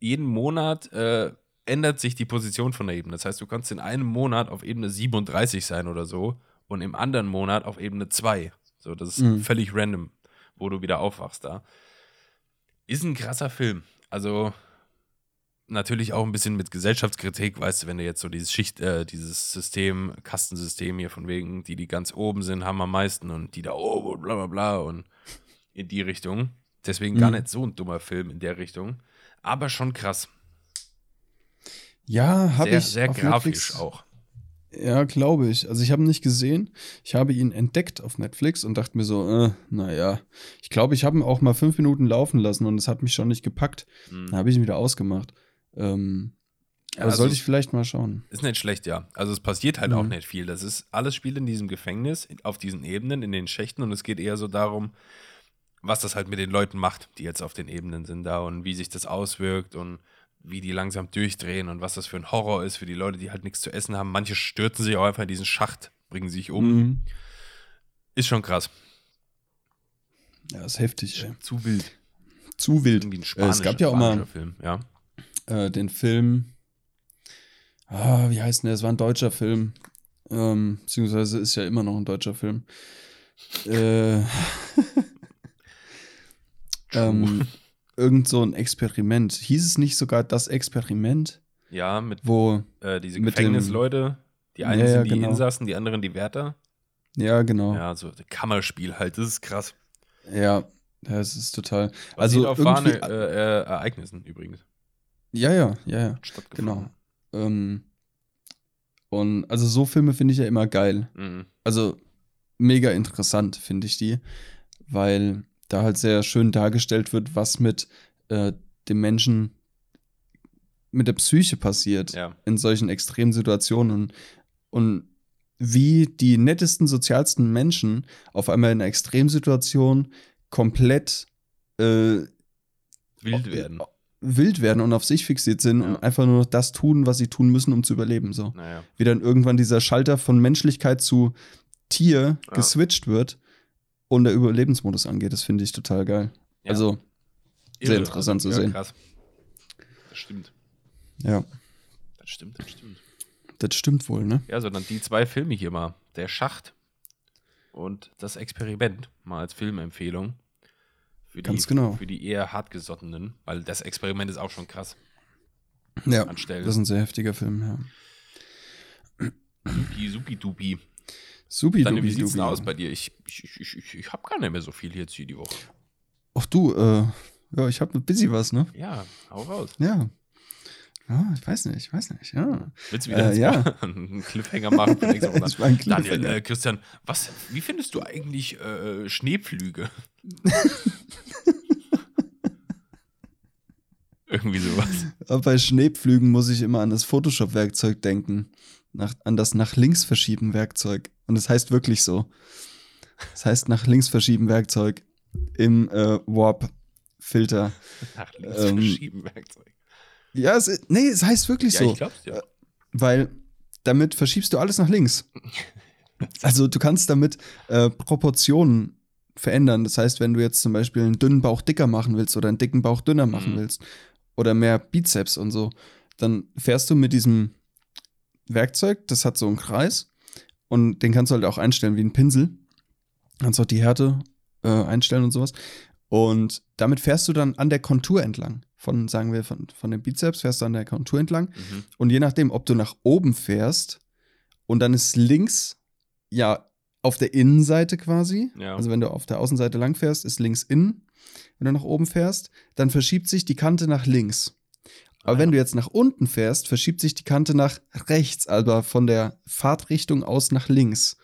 S2: jeden Monat äh, ändert sich die Position von der Ebene. Das heißt, du kannst in einem Monat auf Ebene 37 sein oder so und im anderen Monat auf Ebene 2. So, das ist
S3: Mhm.
S2: völlig random, wo du wieder aufwachst da. Ist ein krasser Film. Also natürlich auch ein bisschen mit Gesellschaftskritik, weißt du, wenn du jetzt so dieses Schicht, äh, dieses System, Kastensystem hier von wegen, die, die ganz oben sind, haben am meisten und die da oben und bla bla bla und in die Richtung. Deswegen gar
S3: Mhm.
S2: nicht so ein dummer Film in der Richtung. Aber schon krass.
S3: Ja, habe
S2: Sehr,
S3: ich.
S2: sehr
S3: auf
S2: grafisch
S3: Netflix,
S2: auch.
S3: Ja, glaube ich. Also ich habe ihn nicht gesehen. Ich habe ihn entdeckt auf Netflix und dachte mir so, äh, naja. Ich glaube, ich habe ihn auch mal fünf Minuten laufen lassen und es hat mich schon nicht gepackt.
S2: Mhm.
S3: Dann habe ich ihn wieder ausgemacht. Ähm, aber
S2: Also
S3: sollte
S2: es-
S3: ich vielleicht mal schauen.
S2: Ist nicht schlecht, ja. Also es passiert halt
S3: Mhm.
S2: auch nicht viel. Das ist alles spielt in diesem Gefängnis, in- auf diesen Ebenen, in den Schächten und es geht eher so darum, was das halt mit den Leuten macht, die jetzt auf den Ebenen sind da und wie sich das auswirkt und wie die langsam durchdrehen und was das für ein Horror ist für die Leute, die halt nichts zu essen haben. Manche stürzen sich auch einfach in diesen Schacht, bringen sich um.
S3: Mhm.
S2: Ist schon krass.
S3: Ja, ist heftig. Ey.
S2: Zu wild.
S3: Zu wild.
S2: Irgendwie ein
S3: Äh,
S2: spanischer,
S3: es gab ja auch mal-
S2: spanischer Film, ja.
S3: äh, den Film. Ah, wie heißt denn der? Es war ein deutscher Film. Ähm, beziehungsweise ist ja immer noch ein deutscher Film. Äh, ähm, irgend so ein Experiment. Hieß es nicht sogar das Experiment,
S2: ja, mit
S3: wo.
S2: äh, diese
S3: Mit dem-
S2: Gefängnisleute. Die einen
S3: Ja, ja,
S2: sind die
S3: genau.
S2: Insassen, die anderen die Wärter.
S3: Ja, genau. Ja,
S2: Ja, so Kammerspiel halt, das ist krass.
S3: das ist total.
S2: Basiert
S3: Also
S2: auf wahren äh,
S3: irgendwie-
S2: äh, Ereignissen übrigens.
S3: Ja, ja, ja, ja.
S2: stattgefunden.
S3: Ähm, und also so Filme finde ich ja immer geil.
S2: Mhm.
S3: also mega interessant, finde ich die, weil da halt sehr schön dargestellt wird, was mit äh, dem Menschen, mit der Psyche passiert
S2: Ja.
S3: in solchen extremen Situationen und wie die nettesten, sozialsten Menschen auf einmal in einer Extremsituation komplett äh,
S2: Wild werden.
S3: wild werden und auf sich fixiert sind und
S2: Ja.
S3: einfach nur noch das tun, was sie tun müssen, um zu überleben. So
S2: Naja.
S3: wie dann irgendwann dieser Schalter von Menschlichkeit zu Tier
S2: Ja.
S3: geswitcht wird und der Überlebensmodus angeht. Das finde ich total geil.
S2: Ja.
S3: Also, sehr interessant zu
S2: ja,
S3: sehen.
S2: Krass. Das stimmt.
S3: ja,
S2: Das stimmt, das stimmt.
S3: das stimmt wohl, ne?
S2: Ja, so dann die zwei Filme hier mal. Der Schacht und das Experiment. Mal als Filmempfehlung. Für
S3: Ganz
S2: die,
S3: genau.
S2: Für die eher hartgesottenen. Weil das Experiment ist auch schon krass.
S3: Ja,
S2: An Stellen.
S3: das ist ein sehr heftiger Film, ja.
S2: Supi, supi, dupi.
S3: Supi,
S2: Dann, wie
S3: dubi,
S2: sieht's denn
S3: dubi.
S2: aus bei dir? Ich, ich, ich, ich, ich hab gar nicht mehr so viel jetzt hier die Woche.
S3: Ach du, äh, ja, ich habe ein bisschen was, ne?
S2: Ja, hau raus.
S3: Ja. Ja, ich weiß nicht, ich weiß nicht, ja.
S2: Willst du wieder
S3: Äh, ja.
S2: einen Cliffhanger machen für nächste Woche?
S3: Ich war ein
S2: Daniel,
S3: Cliffhanger.
S2: äh, Christian, was, wie findest du eigentlich äh, Schneepflüge? Irgendwie sowas.
S3: Aber Bei Schneepflügen muss ich immer an das Photoshop-Werkzeug denken. Nach, an das nach links verschieben Werkzeug. Und es heißt wirklich so. Es heißt nach links verschieben Werkzeug im äh, Warp-Filter.
S2: Nach links
S3: Ähm,
S2: verschieben Werkzeug.
S3: Ja, es, i- nee, es heißt wirklich
S2: Ja,
S3: so.
S2: ich glaub's dir.
S3: Weil damit verschiebst du alles nach links. Also du kannst damit äh, Proportionen verändern. Das heißt, wenn du jetzt zum Beispiel einen dünnen Bauch dicker machen willst oder einen dicken Bauch dünner machen
S2: Mhm.
S3: willst oder mehr Bizeps und so, dann fährst du mit diesem Werkzeug, das hat so einen Kreis und den kannst du halt auch einstellen wie einen Pinsel. Kannst auch die Härte äh, einstellen und sowas. Und damit fährst du dann an der Kontur entlang. Von, sagen wir, von, von dem Bizeps fährst du an der Kontur entlang
S2: Mhm.
S3: und je nachdem, ob du nach oben fährst und dann ist links ja auf der Innenseite quasi.
S2: Ja.
S3: Also wenn du auf der Außenseite lang fährst, ist links innen. Wenn du nach oben fährst, dann verschiebt sich die Kante nach links. Aber
S2: Ah,
S3: wenn
S2: ja.
S3: du jetzt nach unten fährst, verschiebt sich die Kante nach rechts, aber von der Fahrtrichtung aus nach links.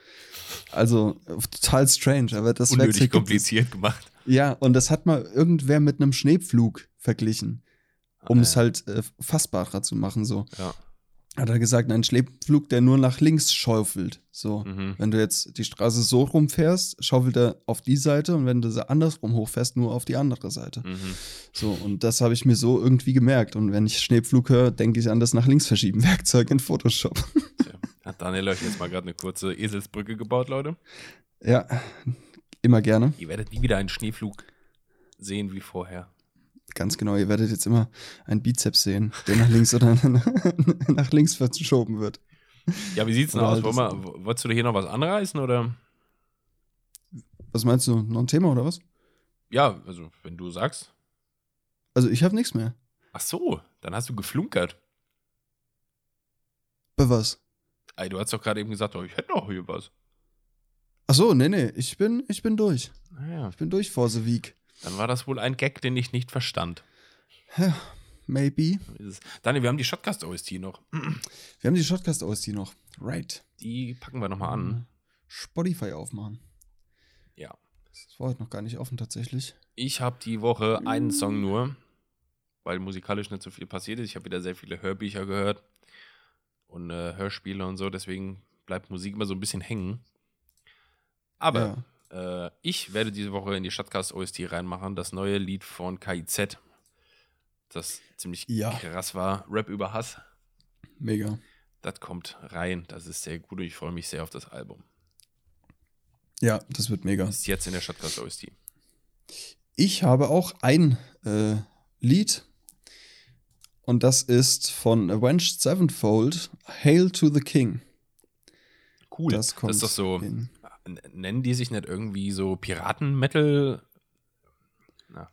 S3: Also äh, total strange, aber das
S2: Unnötig
S3: Werkzeug gibt es.
S2: kompliziert gemacht.
S3: Ja, und das hat mal irgendwer mit einem Schneepflug verglichen, um
S2: Ah,
S3: es
S2: ja.
S3: halt äh, fassbarer zu machen so
S2: Ja.
S3: hat er gesagt, ein Schleppflug, der nur nach links schaufelt. So.
S2: Mhm.
S3: Wenn du jetzt die Straße so rumfährst, schaufelt er auf die Seite und wenn du sie andersrum hochfährst, nur auf die andere Seite.
S2: Mhm.
S3: So, und das habe ich mir so irgendwie gemerkt. Und wenn ich Schneepflug höre, denke ich an das nach links verschieben Werkzeug in Photoshop.
S2: Hat Daniel euch jetzt mal gerade eine kurze Eselsbrücke gebaut, Leute?
S3: ja, immer gerne.
S2: Ihr werdet nie wieder einen Schneeflug sehen wie vorher.
S3: Ganz genau, ihr werdet jetzt immer einen Bizeps sehen, der nach links oder nach links verschoben wird.
S2: Ja, wie sieht's denn
S3: Oder
S2: aus?
S3: halt
S2: Wollen
S3: das-
S2: wir, w- wolltest du dir hier noch was anreißen oder?
S3: Was meinst du, noch ein Thema oder was?
S2: Ja, also wenn du sagst.
S3: Also ich habe nichts mehr.
S2: Ach so, dann hast du geflunkert.
S3: Bei was?
S2: Ey, du hast doch gerade eben gesagt, oh, ich hätte noch hier was.
S3: Ach so, nee, nee, ich bin, ich bin durch.
S2: Naja,
S3: Ich bin durch, Forsewijk.
S2: Ah dann war das wohl ein Gag, den ich nicht verstand.
S3: Ja, maybe.
S2: So ist es. Daniel, wir haben die Shotcast-OST noch.
S3: Wir haben die Shotcast-OST noch. Right.
S2: Die packen wir nochmal an.
S3: Spotify aufmachen.
S2: Ja.
S3: Das war heute noch gar nicht offen tatsächlich.
S2: Ich habe die Woche einen Song nur, weil musikalisch nicht so viel passiert ist. Ich habe wieder sehr viele Hörbücher gehört und äh, Hörspiele und so. Deswegen bleibt Musik immer so ein bisschen hängen. Aber äh, ich werde diese Woche in die Stadtcast OST reinmachen. Das neue Lied von KIZ, das ziemlich
S3: Ja.
S2: krass war. Rap über Hass.
S3: ja, mega.
S2: Das kommt rein. Das ist sehr gut und ich freue mich sehr auf das Album.
S3: Ja, das wird mega.
S2: Ist jetzt in der Stadtcast OST.
S3: Ich habe auch ein äh, Lied. Und das ist von Avenged Sevenfold, Hail to the King.
S2: Cool.
S3: Das kommt
S2: das ist doch so.
S3: in
S2: N- Nennen die sich nicht irgendwie so Piraten-Metal?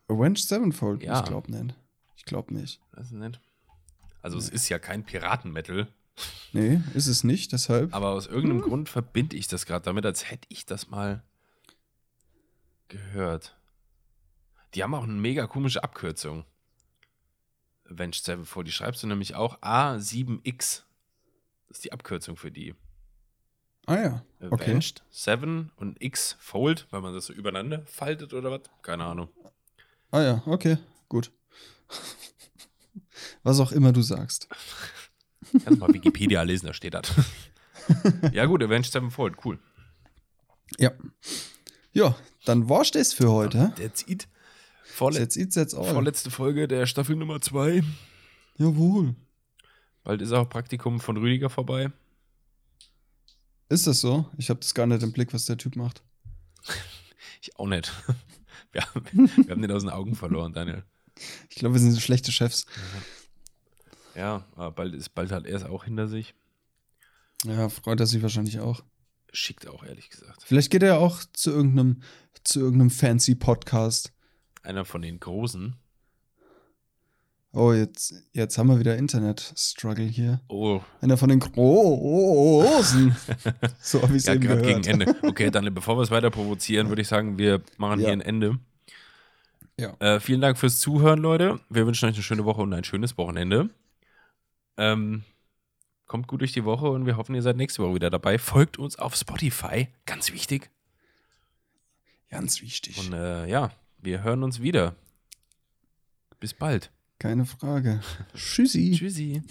S3: Avenged Sevenfold,
S2: Ja.
S3: ich glaube nicht. Ich glaube nicht.
S2: Weiß ich nicht. Also es ist ja kein Piraten-Metal,
S3: Nee, ist es nicht, deshalb.
S2: aber aus irgendeinem Grund verbinde ich das gerade damit, als hätte ich das mal gehört. Die haben auch eine mega komische Abkürzung. Avenged Sevenfold, die schreibst du nämlich auch A7X. Das ist die Abkürzung für die.
S3: ah ja, okay.
S2: Avenged Seven und X Fold, weil man das so übereinander faltet oder was? Keine Ahnung.
S3: Ah ja, okay, gut. Was auch immer du sagst.
S2: Kannst mal Wikipedia lesen, da steht das. ja gut, Avenged Sevenfold, cool.
S3: Ja. Ja, dann war's das für heute.
S2: That's it. Vorle
S3: Jetzt it's jetzt all.
S2: vorletzte Folge der Staffel Nummer 2.
S3: Jawohl.
S2: Bald ist auch Praktikum von Rüdiger vorbei.
S3: Ist das so? Ich habe das gar nicht im Blick, was der Typ macht.
S2: Ich auch nicht. Wir haben, wir haben den aus den Augen verloren, Daniel.
S3: Ich glaube, wir sind so schlechte Chefs.
S2: Ja, aber bald ist bald hat er es auch hinter sich.
S3: Ja, freut er sich wahrscheinlich auch.
S2: Schickt auch, ehrlich gesagt.
S3: Vielleicht geht er ja auch zu irgendeinem, zu irgendeinem fancy Podcast.
S2: Einer von den Großen.
S3: Oh, jetzt, jetzt haben wir wieder Internet-Struggle hier.
S2: Oh,
S3: Einer von den Großen. So habe ich es
S2: ja,
S3: eben
S2: gerade gegen
S3: gehört.
S2: Ende. Okay, Daniel, bevor wir es weiter provozieren, würde ich sagen, wir machen
S3: Ja.
S2: hier ein Ende.
S3: Ja.
S2: Äh, vielen Dank fürs Zuhören, Leute. Wir wünschen euch eine schöne Woche und ein schönes Wochenende. Ähm, kommt gut durch die Woche und wir hoffen, ihr seid nächste Woche wieder dabei. Folgt uns auf Spotify, ganz wichtig.
S3: Ganz wichtig.
S2: Und äh, ja, wir hören uns wieder. Bis bald.
S3: Keine Frage. Tschüssi.
S2: Tschüssi.